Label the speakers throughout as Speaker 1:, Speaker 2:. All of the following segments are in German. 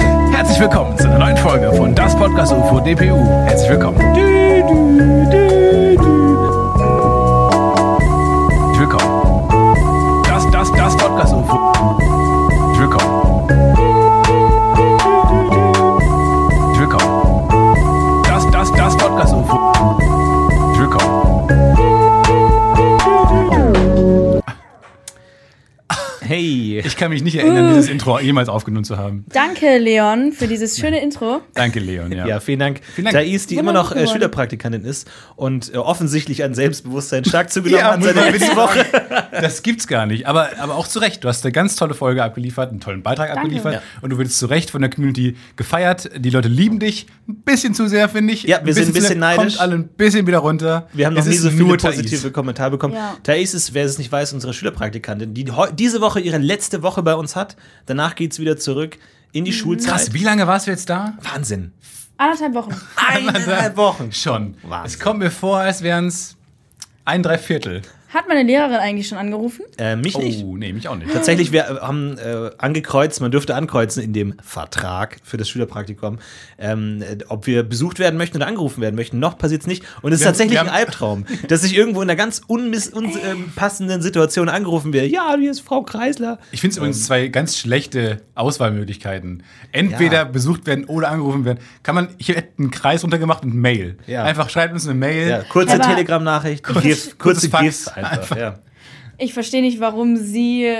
Speaker 1: Herzlich willkommen zu einer neuen Folge von Das Podcast UFO DPU. Herzlich willkommen. Dü, dü, dü, dü. Herzlich willkommen. Das, das, das Podcast UFO. Herzlich willkommen. Herzlich willkommen. Das, das, das Podcast UFO. Herzlich willkommen.
Speaker 2: Hey.
Speaker 3: Ich kann mich nicht erinnern, dieses Intro jemals aufgenommen zu haben.
Speaker 4: Danke, Leon, für dieses schöne Intro.
Speaker 3: Danke, Leon. Ja.
Speaker 2: Ja, vielen Dank.
Speaker 3: Vielen Dank.
Speaker 2: Thais, die immer
Speaker 4: Wunderbar
Speaker 2: noch äh,
Speaker 4: geworden.
Speaker 2: Schülerpraktikantin ist und äh, offensichtlich an Selbstbewusstsein stark zugenommen hat
Speaker 3: muss
Speaker 2: seit der
Speaker 3: man
Speaker 2: letzten
Speaker 3: wirklich
Speaker 2: Woche.
Speaker 3: sagen, Das gibt's gar nicht. Aber, aber auch zu Recht. Du hast eine ganz tolle Folge abgeliefert, einen tollen Beitrag abgeliefert. Und du wirst zu Recht von der Community gefeiert. Die Leute lieben dich. Ein bisschen zu sehr, finde ich.
Speaker 2: Ja, wir sind ein
Speaker 3: zu sehr.
Speaker 2: bisschen neidisch.
Speaker 3: Kommt alle ein bisschen wieder runter.
Speaker 2: Wir haben noch
Speaker 3: Es
Speaker 2: nie
Speaker 3: ist
Speaker 2: so viele
Speaker 3: nur Thais.
Speaker 2: positive Kommentare bekommen.
Speaker 4: Ja.
Speaker 2: Thais ist, wer es nicht weiß, unsere Schülerpraktikantin, die heu- diese Woche ihre letzte Woche bei uns hat. Danach geht es wieder zurück in die Schulzeit.
Speaker 3: Krass, wie lange warst du jetzt da?
Speaker 2: Wahnsinn.
Speaker 4: Anderthalb Wochen.
Speaker 2: Eineinhalb Wochen.
Speaker 3: Schon.
Speaker 2: Wahnsinn.
Speaker 3: Es kommt mir vor, als wären es ein Dreiviertel.
Speaker 4: Hat meine Lehrerin eigentlich schon angerufen?
Speaker 2: Äh, mich nicht.
Speaker 3: Oh, nee, mich auch nicht.
Speaker 2: Tatsächlich, wir äh, haben äh, angekreuzt, man dürfte ankreuzen in dem Vertrag für das Schülerpraktikum, ähm, äh, ob wir besucht werden möchten oder angerufen werden möchten. Noch passiert es nicht. Und es ist
Speaker 3: Wir haben-
Speaker 2: tatsächlich
Speaker 3: wir
Speaker 2: ein
Speaker 3: haben-
Speaker 2: Albtraum, dass ich irgendwo in einer ganz unpassenden Situation angerufen werde. Ja, hier ist Frau Kreisler.
Speaker 3: Ich finde es
Speaker 2: Ähm.
Speaker 3: übrigens zwei ganz schlechte Auswahlmöglichkeiten. Entweder
Speaker 2: Ja.
Speaker 3: besucht werden oder angerufen werden. Kann man, ich hätte einen Kreis runtergemacht und Mail.
Speaker 2: Ja.
Speaker 3: Einfach schreibt uns eine Mail.
Speaker 2: Ja, kurze
Speaker 4: Aber-
Speaker 2: Telegram-Nachricht, GIF, kurze
Speaker 3: kurzes Fax.
Speaker 2: GIFs einfach. Ja.
Speaker 4: Ich verstehe nicht, warum sie.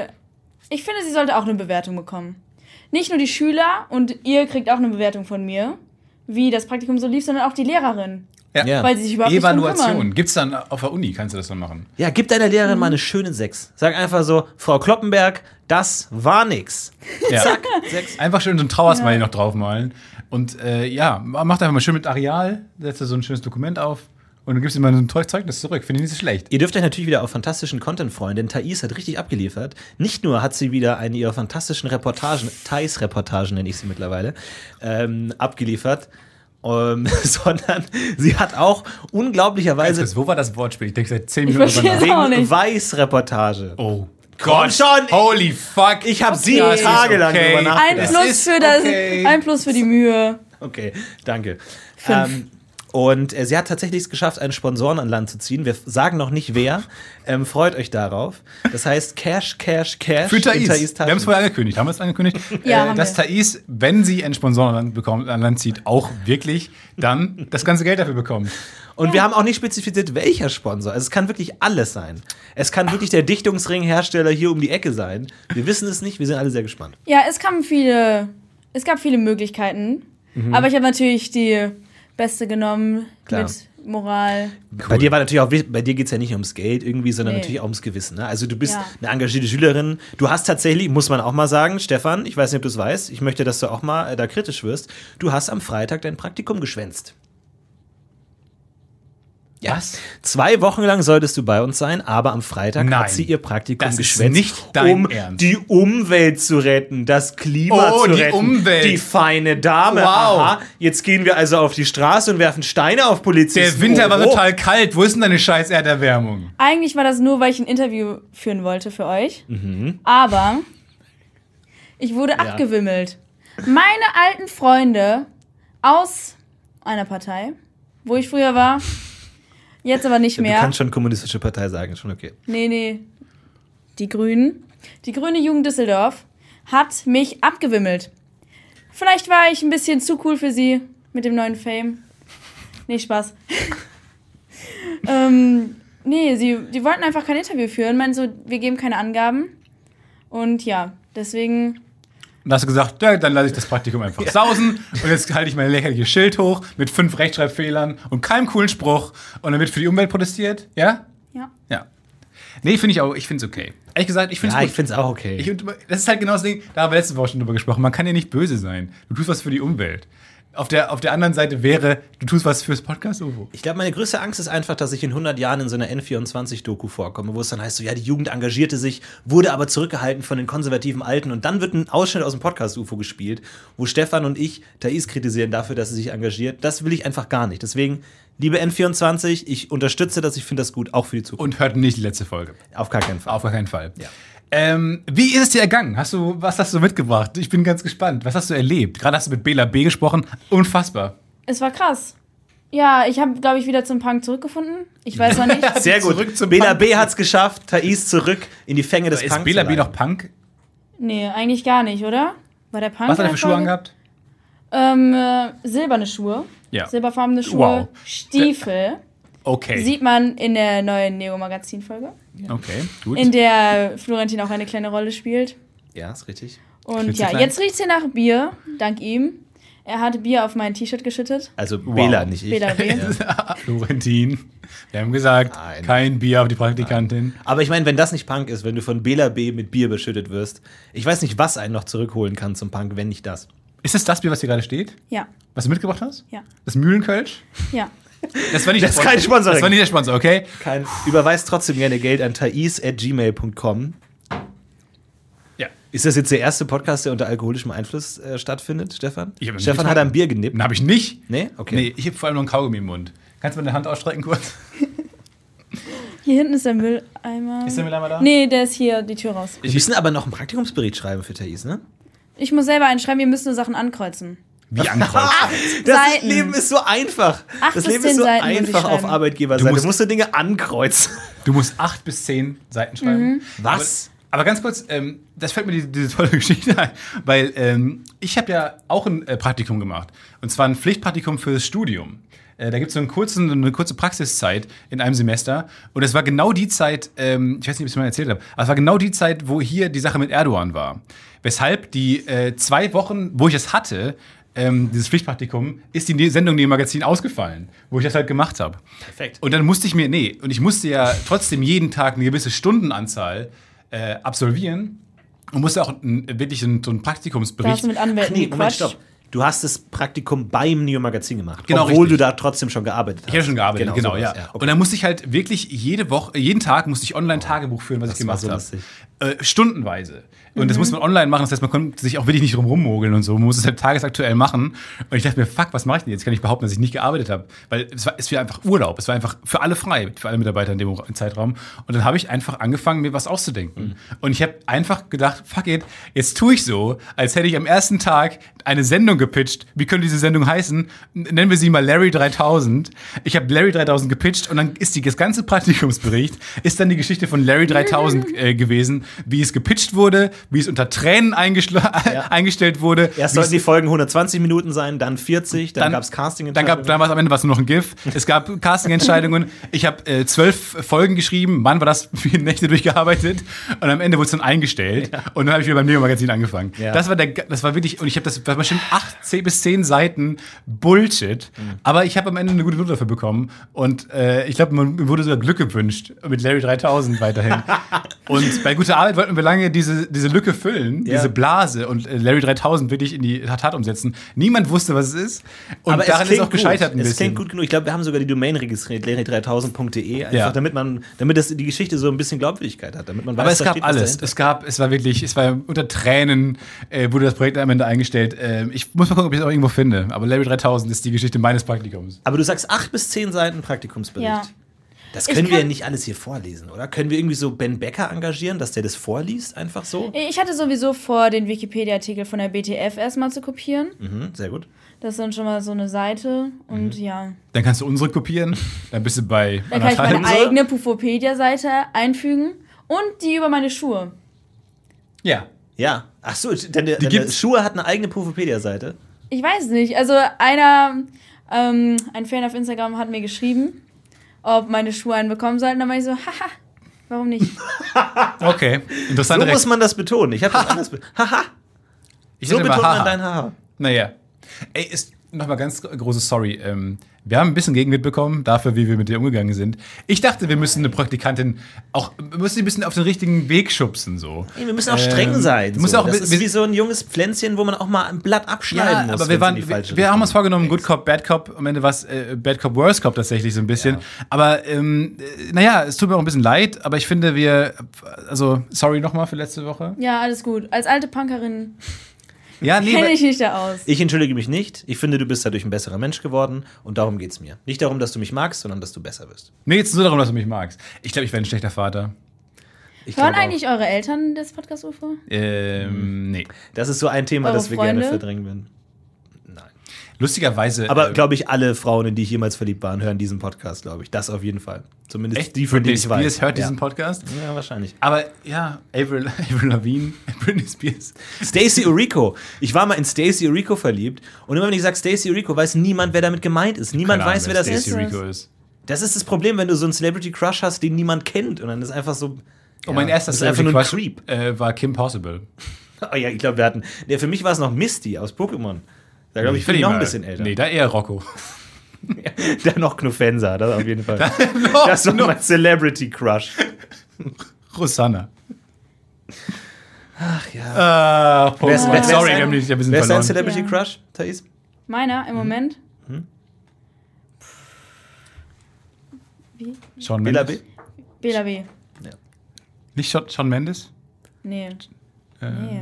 Speaker 4: Ich finde, sie sollte auch eine Bewertung bekommen. Nicht nur die Schüler und ihr kriegt auch eine Bewertung von mir, wie das Praktikum so lief, sondern auch die Lehrerin.
Speaker 2: Ja.
Speaker 4: Weil sie sich überhaupt nicht drum kümmern.
Speaker 3: Evaluation. Gibt es dann auf der Uni, kannst du das dann machen.
Speaker 2: ja, gib deiner
Speaker 4: Mhm.
Speaker 2: Lehrerin mal eine schöne 6. Sag einfach so, Frau Kloppenberg, das war nix.
Speaker 3: Ja. Zack. Einfach schön so ein Trauersmiley noch draufmalen. Und äh, ja, macht einfach mal schön mit Areal, setzt da so ein schönes Dokument auf und du gibst immer so ein tolles Zeugnis zurück. Finde ich nicht so schlecht.
Speaker 2: Ihr dürft euch natürlich wieder auf fantastischen Content freuen, denn Thais hat richtig abgeliefert. Nicht nur hat sie wieder eine ihrer fantastischen Reportagen, Thais-Reportagen nenne ich sie mittlerweile, ähm, abgeliefert, ähm, sondern sie hat auch unglaublicherweise
Speaker 3: Chris, Also, wo war das Wortspiel? Ich denke seit 10
Speaker 4: Ich
Speaker 3: Minuten drüber
Speaker 4: verstehe
Speaker 3: nach.
Speaker 4: es auch
Speaker 2: wegen
Speaker 4: nicht.
Speaker 2: Weiß-Reportage.
Speaker 3: Oh
Speaker 2: Komm schon!
Speaker 3: Holy fuck!
Speaker 2: Ich habe sieben
Speaker 4: ist
Speaker 2: Tage lang
Speaker 3: okay.
Speaker 2: drüber nachgedacht.
Speaker 4: Ein
Speaker 3: Das
Speaker 4: Plus,
Speaker 3: ist
Speaker 4: für das,
Speaker 3: okay.
Speaker 4: ein Plus für die Mühe.
Speaker 2: Okay, danke.
Speaker 4: Fünf.
Speaker 2: Ähm, Und äh, sie hat tatsächlich es geschafft, einen Sponsoren an Land zu ziehen. Wir f- sagen noch nicht wer. Ähm, freut euch darauf. Das heißt Cash, Cash, Cash.
Speaker 3: Für
Speaker 2: in
Speaker 3: Thais. Wir
Speaker 2: Taschen.
Speaker 3: haben es vorher angekündigt. Haben wir es angekündigt?
Speaker 4: Ja, haben
Speaker 3: dass
Speaker 4: wir.
Speaker 3: Thais, wenn sie einen Sponsor an Land, bekommt, an Land zieht, auch wirklich dann das ganze Geld dafür bekommt.
Speaker 2: Und wir haben auch nicht spezifiziert, welcher Sponsor. Also es kann wirklich alles sein. Es kann wirklich der Dichtungsringhersteller hier um die Ecke sein. Wir wissen es nicht, wir sind alle sehr gespannt.
Speaker 4: Ja, es kamen viele, es gab viele Möglichkeiten, aber ich habe natürlich die beste genommen
Speaker 2: Klar.
Speaker 4: mit Moral.
Speaker 2: Bei dir war natürlich auch, wich- bei dir geht es ja nicht ums Geld irgendwie, sondern
Speaker 4: Nee.
Speaker 2: natürlich auch ums Gewissen. Ne? Also du bist
Speaker 4: Ja.
Speaker 2: eine engagierte Schülerin. Du hast tatsächlich, muss man auch mal sagen, Stefan, ich weiß nicht, ob du es weißt, ich möchte, dass du auch mal äh, da kritisch wirst. Du hast am Freitag dein Praktikum geschwänzt. Ja.
Speaker 3: Was?
Speaker 2: Zwei Wochen lang solltest du bei uns sein, aber am Freitag
Speaker 3: Nein.
Speaker 2: hat sie ihr Praktikum
Speaker 3: Das ist
Speaker 2: geschwänzt,
Speaker 3: nicht dein
Speaker 2: um
Speaker 3: Ernst.
Speaker 2: die Umwelt zu retten, das Klima
Speaker 3: Oh,
Speaker 2: zu
Speaker 3: die
Speaker 2: retten.
Speaker 3: Umwelt.
Speaker 2: Die feine Dame.
Speaker 3: Wow.
Speaker 2: Aha, jetzt gehen wir also auf die Straße und werfen Steine auf Polizisten. Oh,
Speaker 3: Der Winter war
Speaker 2: Oho.
Speaker 3: total kalt. Wo ist denn deine scheiß Erderwärmung?
Speaker 4: Eigentlich war das nur, weil ich ein Interview führen wollte für euch,
Speaker 2: Mhm.
Speaker 4: aber ich wurde abgewimmelt. Meine alten Freunde aus einer Partei, wo ich früher war, jetzt aber nicht
Speaker 2: Du
Speaker 4: mehr.
Speaker 2: kannst schon kommunistische Partei sagen, schon okay.
Speaker 4: Nee, nee. Die Grünen. Die Grüne Jugend Düsseldorf hat mich abgewimmelt. Vielleicht war ich ein bisschen zu cool für sie mit dem neuen Fame. Nee, Spaß. ähm, nee, sie die wollten einfach kein Interview führen. Meinen so, wir geben keine Angaben. Und ja, deswegen.
Speaker 3: Und hast du gesagt, ja, dann lasse ich das Praktikum einfach sausen und jetzt halte ich mein lächerliches Schild hoch mit fünf Rechtschreibfehlern und keinem coolen Spruch und dann wird für die Umwelt protestiert, ja?
Speaker 4: Ja.
Speaker 3: Ja. Nee, finde ich auch, ich finde es okay. Ehrlich gesagt, ich finde
Speaker 2: Ja,
Speaker 3: es gut.
Speaker 2: ich finde es auch okay.
Speaker 3: Ich, das ist halt genau das Ding, da haben wir letzte Woche schon drüber gesprochen. Man kann ja nicht böse sein. Du tust was für die Umwelt. Auf der, auf der anderen Seite wäre, du tust was fürs Podcast, Ovo.
Speaker 2: Ich glaube, meine größte Angst ist einfach, dass ich in 100 Jahren in so einer N24-Doku vorkomme, wo es dann heißt, so, ja, die Jugend engagierte sich, wurde aber zurückgehalten von den konservativen Alten. Und dann wird ein Ausschnitt aus dem Podcast UFO gespielt, wo Stefan und ich Thais kritisieren dafür, dass sie sich engagiert. Das will ich einfach gar nicht. Deswegen, liebe N24, ich unterstütze das, ich finde das gut, auch für die Zukunft.
Speaker 3: Und hört nicht die letzte Folge.
Speaker 2: Auf gar keinen Fall.
Speaker 3: Auf gar keinen Fall. Ähm, wie ist es dir ergangen? Hast du, was hast du mitgebracht? Ich bin ganz gespannt. Was hast du erlebt? Gerade hast du mit Bela B gesprochen. Unfassbar.
Speaker 4: Es war krass. Ja, ich habe, glaube ich, wieder zum Punk zurückgefunden. Ich weiß noch nicht.
Speaker 2: Sehr gut.
Speaker 3: Zurück zum
Speaker 2: Bela
Speaker 3: Punk.
Speaker 2: B. hat es geschafft, Thais zurück in die Fänge des
Speaker 3: Ist
Speaker 2: Punks.
Speaker 3: Bela B
Speaker 2: allein.
Speaker 3: noch Punk?
Speaker 4: Nee, eigentlich gar nicht, oder? War der Punk?
Speaker 3: Was hat
Speaker 4: in
Speaker 3: er
Speaker 4: der
Speaker 3: für Schuhe
Speaker 4: Folge?
Speaker 3: angehabt?
Speaker 4: Ähm, äh, silberne Schuhe.
Speaker 3: Ja.
Speaker 4: Silberfarbene
Speaker 3: Wow.
Speaker 4: Schuhe. Stiefel.
Speaker 2: Äh,
Speaker 3: Okay.
Speaker 4: Sieht man in der neuen Neo-Magazin-Folge,
Speaker 3: okay, gut.
Speaker 4: in der Florentin auch eine kleine Rolle spielt.
Speaker 2: Ja, ist richtig.
Speaker 4: Und ja,
Speaker 3: Klitzeklein.
Speaker 4: jetzt riecht's hier nach Bier, dank ihm. Er hat Bier auf mein T-Shirt geschüttet.
Speaker 2: Also Bela, nicht ich.
Speaker 4: Bela B.
Speaker 3: Florentin. Wir haben gesagt,
Speaker 2: Nein.
Speaker 3: kein Bier auf die Praktikantin.
Speaker 2: Aber ich meine, wenn das nicht Punk ist, wenn du von Bela B mit Bier beschüttet wirst, ich weiß nicht, was einen noch zurückholen kann zum Punk, wenn nicht das.
Speaker 3: Ist es das Bier, was hier gerade steht?
Speaker 4: Ja,
Speaker 3: Was du mitgebracht hast?
Speaker 4: ja,
Speaker 3: Das Mühlenkölsch?
Speaker 4: ja.
Speaker 3: Das war nicht
Speaker 2: Das ist kein Sponsoring.
Speaker 3: Das war nicht der Sponsor, okay?
Speaker 2: Kein Überweist trotzdem gerne Geld an thais.gmail.com.
Speaker 3: Ja.
Speaker 2: Ist das jetzt der erste Podcast, der unter alkoholischem Einfluss äh, stattfindet, Stefan?
Speaker 3: Ich hab noch
Speaker 2: Stefan
Speaker 3: nicht
Speaker 2: hat
Speaker 3: mal-
Speaker 2: am Bier genippt.
Speaker 3: Den habe ich nicht.
Speaker 2: Nee? Okay.
Speaker 3: Nee, ich habe vor allem noch einen Kaugummi im Mund. Kannst du mal deine Hand ausstrecken kurz?
Speaker 4: Hier hinten ist der Mülleimer.
Speaker 3: Ist der Mülleimer da?
Speaker 4: Nee, der ist hier die Tür raus.
Speaker 2: Wir müssen aber noch einen Praktikumsbericht schreiben für Thais, ne?
Speaker 4: Ich muss selber einschreiben, ihr müsst nur Sachen ankreuzen.
Speaker 3: Wie ankreuzen.
Speaker 2: Das
Speaker 4: Seiten.
Speaker 2: Leben ist so einfach.
Speaker 4: Acht
Speaker 2: das
Speaker 4: bis
Speaker 2: Leben ist
Speaker 4: zehn
Speaker 2: so
Speaker 4: Seiten muss ich
Speaker 2: einfach auf
Speaker 4: schreiben.
Speaker 2: Arbeitgeberseite.
Speaker 3: Du
Speaker 2: Du
Speaker 3: musst-
Speaker 2: musst, du Dinge ankreuzen.
Speaker 3: Du musst acht bis zehn Seiten schreiben.
Speaker 2: Was?
Speaker 3: Aber, aber ganz kurz, ähm, das fällt mir diese, diese tolle Geschichte ein, weil ähm, ich habe ja auch ein äh, Praktikum gemacht. Und zwar ein Pflichtpraktikum fürs Studium. Äh, da gibt es so einen kurzen, eine kurze Praxiszeit in einem Semester. Und es war genau die Zeit, ähm, ich weiß nicht, ob ich es mal erzählt habe, aber es war genau die Zeit, wo hier die Sache mit Erdogan war. Weshalb die äh, zwei Wochen, wo ich es hatte, ähm, dieses Pflichtpraktikum, ist die Ne-, Sendung, die im Magazin ausgefallen, wo ich das halt gemacht habe.
Speaker 2: Perfekt.
Speaker 3: Und dann musste ich mir, nee, und ich musste ja trotzdem jeden Tag eine gewisse Stundenanzahl äh, absolvieren und musste auch ein, wirklich ein, so einen
Speaker 4: Da hast
Speaker 3: Praktikumsbericht.
Speaker 4: du mit Anwälten
Speaker 2: Nee, Moment,
Speaker 4: gequatscht.
Speaker 2: stopp. Du hast das Praktikum beim Neo Magazin gemacht,
Speaker 3: Genau,
Speaker 2: obwohl
Speaker 3: richtig.
Speaker 2: du da trotzdem schon gearbeitet hast.
Speaker 3: Ich habe schon gearbeitet, genau,
Speaker 2: sowas,
Speaker 3: ja. Und dann musste ich halt wirklich jede Woche, jeden Tag musste ich online Tagebuch führen, was
Speaker 2: Das
Speaker 3: ich gemacht
Speaker 2: war
Speaker 3: habe.
Speaker 2: so
Speaker 3: Äh, stundenweise. Und das muss man online machen, das heißt, man konnte sich auch wirklich nicht drum rummogeln und so. Man muss es halt tagesaktuell machen. Und ich dachte mir, fuck, was mache ich denn jetzt? Kann ich behaupten, dass ich nicht gearbeitet habe? Weil es war, es war einfach Urlaub. Es war einfach für alle frei, für alle Mitarbeiter in dem Zeitraum. Und dann habe ich einfach angefangen, mir was auszudenken.
Speaker 2: Mhm.
Speaker 3: Und ich habe einfach gedacht, fuck it, jetzt tue ich so, als hätte ich am ersten Tag eine Sendung gepitcht. Wie könnte diese Sendung heißen? N- Nennen wir sie mal Larry 3000. Ich habe Larry 3000 gepitcht und dann ist die, das ganze Praktikumsbericht ist dann die Geschichte von Larry 3000 äh, gewesen, wie es gepitcht wurde, wie es unter Tränen eingeschl- eingestellt wurde.
Speaker 2: Erst
Speaker 3: wie es-
Speaker 2: sollten die Folgen 120 Minuten sein, dann 40, dann,
Speaker 3: Dann-
Speaker 2: gab es casting
Speaker 3: dann gab dann war es am Ende was nur noch ein GIF. Es gab Casting-Entscheidungen. Ich habe äh, zwölf Folgen geschrieben. Mann, war das viele Nächte durchgearbeitet. Und am Ende wurde es dann eingestellt. Und dann habe ich wieder beim Neo-Magazin angefangen.
Speaker 2: Ja.
Speaker 3: Das war der, das war wirklich, und ich habe das, das war bestimmt acht zehn bis zehn Seiten Bullshit.
Speaker 2: Mhm.
Speaker 3: Aber ich habe am Ende eine gute Note dafür bekommen. Und äh, ich glaube, man- mir wurde sogar Glück gewünscht mit Larry 3000 weiterhin. und bei guter Arbeit wollten wir lange diese, diese Lücke füllen,
Speaker 2: Ja.
Speaker 3: diese Blase und äh, Larry 3000 wirklich in die Tat umsetzen. Niemand wusste, was es ist. Und
Speaker 2: aber
Speaker 3: daran
Speaker 2: es
Speaker 3: ist
Speaker 2: klingt
Speaker 3: auch gescheitert
Speaker 2: gut.
Speaker 3: ein bisschen.
Speaker 2: Es klingt gut genug. Ich glaube, wir haben sogar die Domain registriert, larry3000.de, einfach
Speaker 3: Ja.
Speaker 2: damit man, damit das, die Geschichte so ein bisschen Glaubwürdigkeit hat, damit man weiß,
Speaker 3: Aber es
Speaker 2: da
Speaker 3: gab
Speaker 2: steht was
Speaker 3: alles.
Speaker 2: dahinter.
Speaker 3: Es gab, es war wirklich, es war unter Tränen, äh, wurde das Projekt am Ende eingestellt. Ähm, ich muss mal gucken, ob ich es auch irgendwo finde. Aber Larry 3000 ist die Geschichte meines Praktikums.
Speaker 2: Aber du sagst acht bis zehn Seiten Praktikumsbericht.
Speaker 4: Ja.
Speaker 2: Das
Speaker 4: Ich
Speaker 2: können wir
Speaker 4: kann-
Speaker 2: ja nicht alles hier vorlesen, oder? Können wir irgendwie so Ben Becker engagieren, dass der das vorliest, einfach so?
Speaker 4: Ich hatte sowieso vor, den Wikipedia-Artikel von der BTF erstmal zu kopieren.
Speaker 2: Mhm, sehr gut.
Speaker 4: Das ist dann schon mal so eine Seite. Und ja,
Speaker 3: Dann kannst du unsere kopieren. Dann bist du bei
Speaker 4: dann kann ich
Speaker 3: anderthalb.
Speaker 4: meine eigene Pufopedia-Seite einfügen. Und die über meine Schuhe.
Speaker 3: Ja.
Speaker 2: Ja. Ach so, denn der,
Speaker 3: Die
Speaker 2: denn der
Speaker 3: gibt's-
Speaker 2: Schuhe hat eine eigene Pufopedia-Seite.
Speaker 4: Ich weiß nicht. Also einer, ähm, ein Fan auf Instagram hat mir geschrieben, ob meine Schuhe einen bekommen sollten. Dann war ich so, haha, warum nicht?
Speaker 3: Okay.
Speaker 2: So muss
Speaker 3: Interessante Reaktion.
Speaker 2: man das betonen. Ich habe das anders. be- Haha.
Speaker 3: Ich
Speaker 2: So
Speaker 3: hätte mal
Speaker 2: betont
Speaker 3: Haha.
Speaker 2: man dein Haha.
Speaker 3: Naja. Ey, ist nochmal ganz großes Sorry. Ähm, wir haben ein bisschen Gegenwind bekommen dafür, wie wir mit dir umgegangen sind. Ich dachte, wir müssen eine Praktikantin auch, wir müssen sie ein bisschen auf den richtigen Weg schubsen, so.
Speaker 2: Ey, Wir müssen auch
Speaker 3: Ähm,
Speaker 2: streng sein.
Speaker 3: du musst
Speaker 2: so.
Speaker 3: auch-
Speaker 2: das
Speaker 3: wir-
Speaker 2: ist
Speaker 3: wir-
Speaker 2: wie so ein junges Pflänzchen, wo man auch mal ein Blatt abschneiden muss.
Speaker 3: aber wir,
Speaker 2: wenn's in die
Speaker 3: waren,
Speaker 2: falsche
Speaker 3: wir, wir haben
Speaker 2: Richtung
Speaker 3: uns vorgenommen, Good
Speaker 2: geht.
Speaker 3: Cop, Bad Cop, am Ende war es äh, Bad Cop, Worse Cop tatsächlich so ein bisschen. Aber ähm, äh, naja, es tut mir auch ein bisschen leid, aber ich finde, wir, also sorry nochmal für letzte Woche.
Speaker 4: Ja, alles gut. Als alte Punkerin
Speaker 3: Ja, nee,
Speaker 4: kenne
Speaker 3: weil-
Speaker 4: ich nicht da aus.
Speaker 2: Ich entschuldige mich nicht. Ich finde, du bist dadurch ein besserer Mensch geworden und darum geht's mir. Nicht darum, dass du mich magst, sondern dass du besser bist.
Speaker 3: nee, jetzt nur darum, dass du mich magst. Ich glaube, ich werde ein schlechter Vater.
Speaker 2: Ich
Speaker 4: Hören
Speaker 2: glaub auch.
Speaker 4: eigentlich eure Eltern das Podcast UFO?
Speaker 2: Mhm.
Speaker 3: Ähm, nee.
Speaker 2: Das ist so ein Thema,
Speaker 4: Eure
Speaker 2: das wir
Speaker 4: Freunde?
Speaker 2: gerne verdrängen würden. Nein.
Speaker 3: Lustigerweise.
Speaker 2: Aber
Speaker 3: äh,
Speaker 2: glaube ich, alle Frauen, in die ich jemals verliebt war, hören diesen Podcast, glaube ich. Das auf jeden Fall. Zumindest
Speaker 3: echt,
Speaker 2: die, von denen
Speaker 3: Britney
Speaker 2: ich weiß.
Speaker 3: Spears hört
Speaker 2: ja.
Speaker 3: diesen Podcast.
Speaker 2: Ja, wahrscheinlich.
Speaker 3: Aber ja, Avril, Avril Lavigne, Britney Spears.
Speaker 2: Stacey Orico. Ich war mal in Stacey Orico verliebt. Und immer wenn ich sage Stacey Orico, weiß niemand, wer damit gemeint ist. Niemand
Speaker 3: Keine Ahnung,
Speaker 2: weiß, wer das
Speaker 3: Stacey
Speaker 2: ist.
Speaker 4: ist.
Speaker 3: Rico ist.
Speaker 2: Das ist das Problem, wenn du so einen Celebrity Crush hast, den niemand kennt. Und dann ist einfach so.
Speaker 3: Und Oh, mein erster
Speaker 2: das ist einfach nur ein
Speaker 3: Celebrity
Speaker 2: Creep.
Speaker 3: Crush, äh, war Kim Possible.
Speaker 2: Oh ja, ich glaube, wir hatten. Nee, für mich war es noch Misty aus Pokémon. Da glaube ich, bin ich noch ein bisschen älter.
Speaker 3: Nee, da eher Rocco.
Speaker 2: Da noch Knufensa, das auf jeden Fall. das war mein Celebrity Crush.
Speaker 3: Rosanna.
Speaker 2: Ach ja.
Speaker 3: Ah, Punkt.
Speaker 2: Wer ist- wer- wer
Speaker 3: Sorry,
Speaker 2: ist
Speaker 3: wir
Speaker 2: ein-
Speaker 3: haben dich ein bisschen
Speaker 2: Wer ist dein
Speaker 3: verloren.
Speaker 2: Celebrity
Speaker 4: Ja.
Speaker 2: Crush, Thais?
Speaker 4: Meiner
Speaker 3: Mhm.
Speaker 4: im Moment?
Speaker 3: Sean
Speaker 2: Bela
Speaker 3: Mendes.
Speaker 2: B.
Speaker 4: Bela B.
Speaker 3: Nicht Sean, Sean Mendes?
Speaker 4: Nee.
Speaker 3: Äh,
Speaker 4: nee.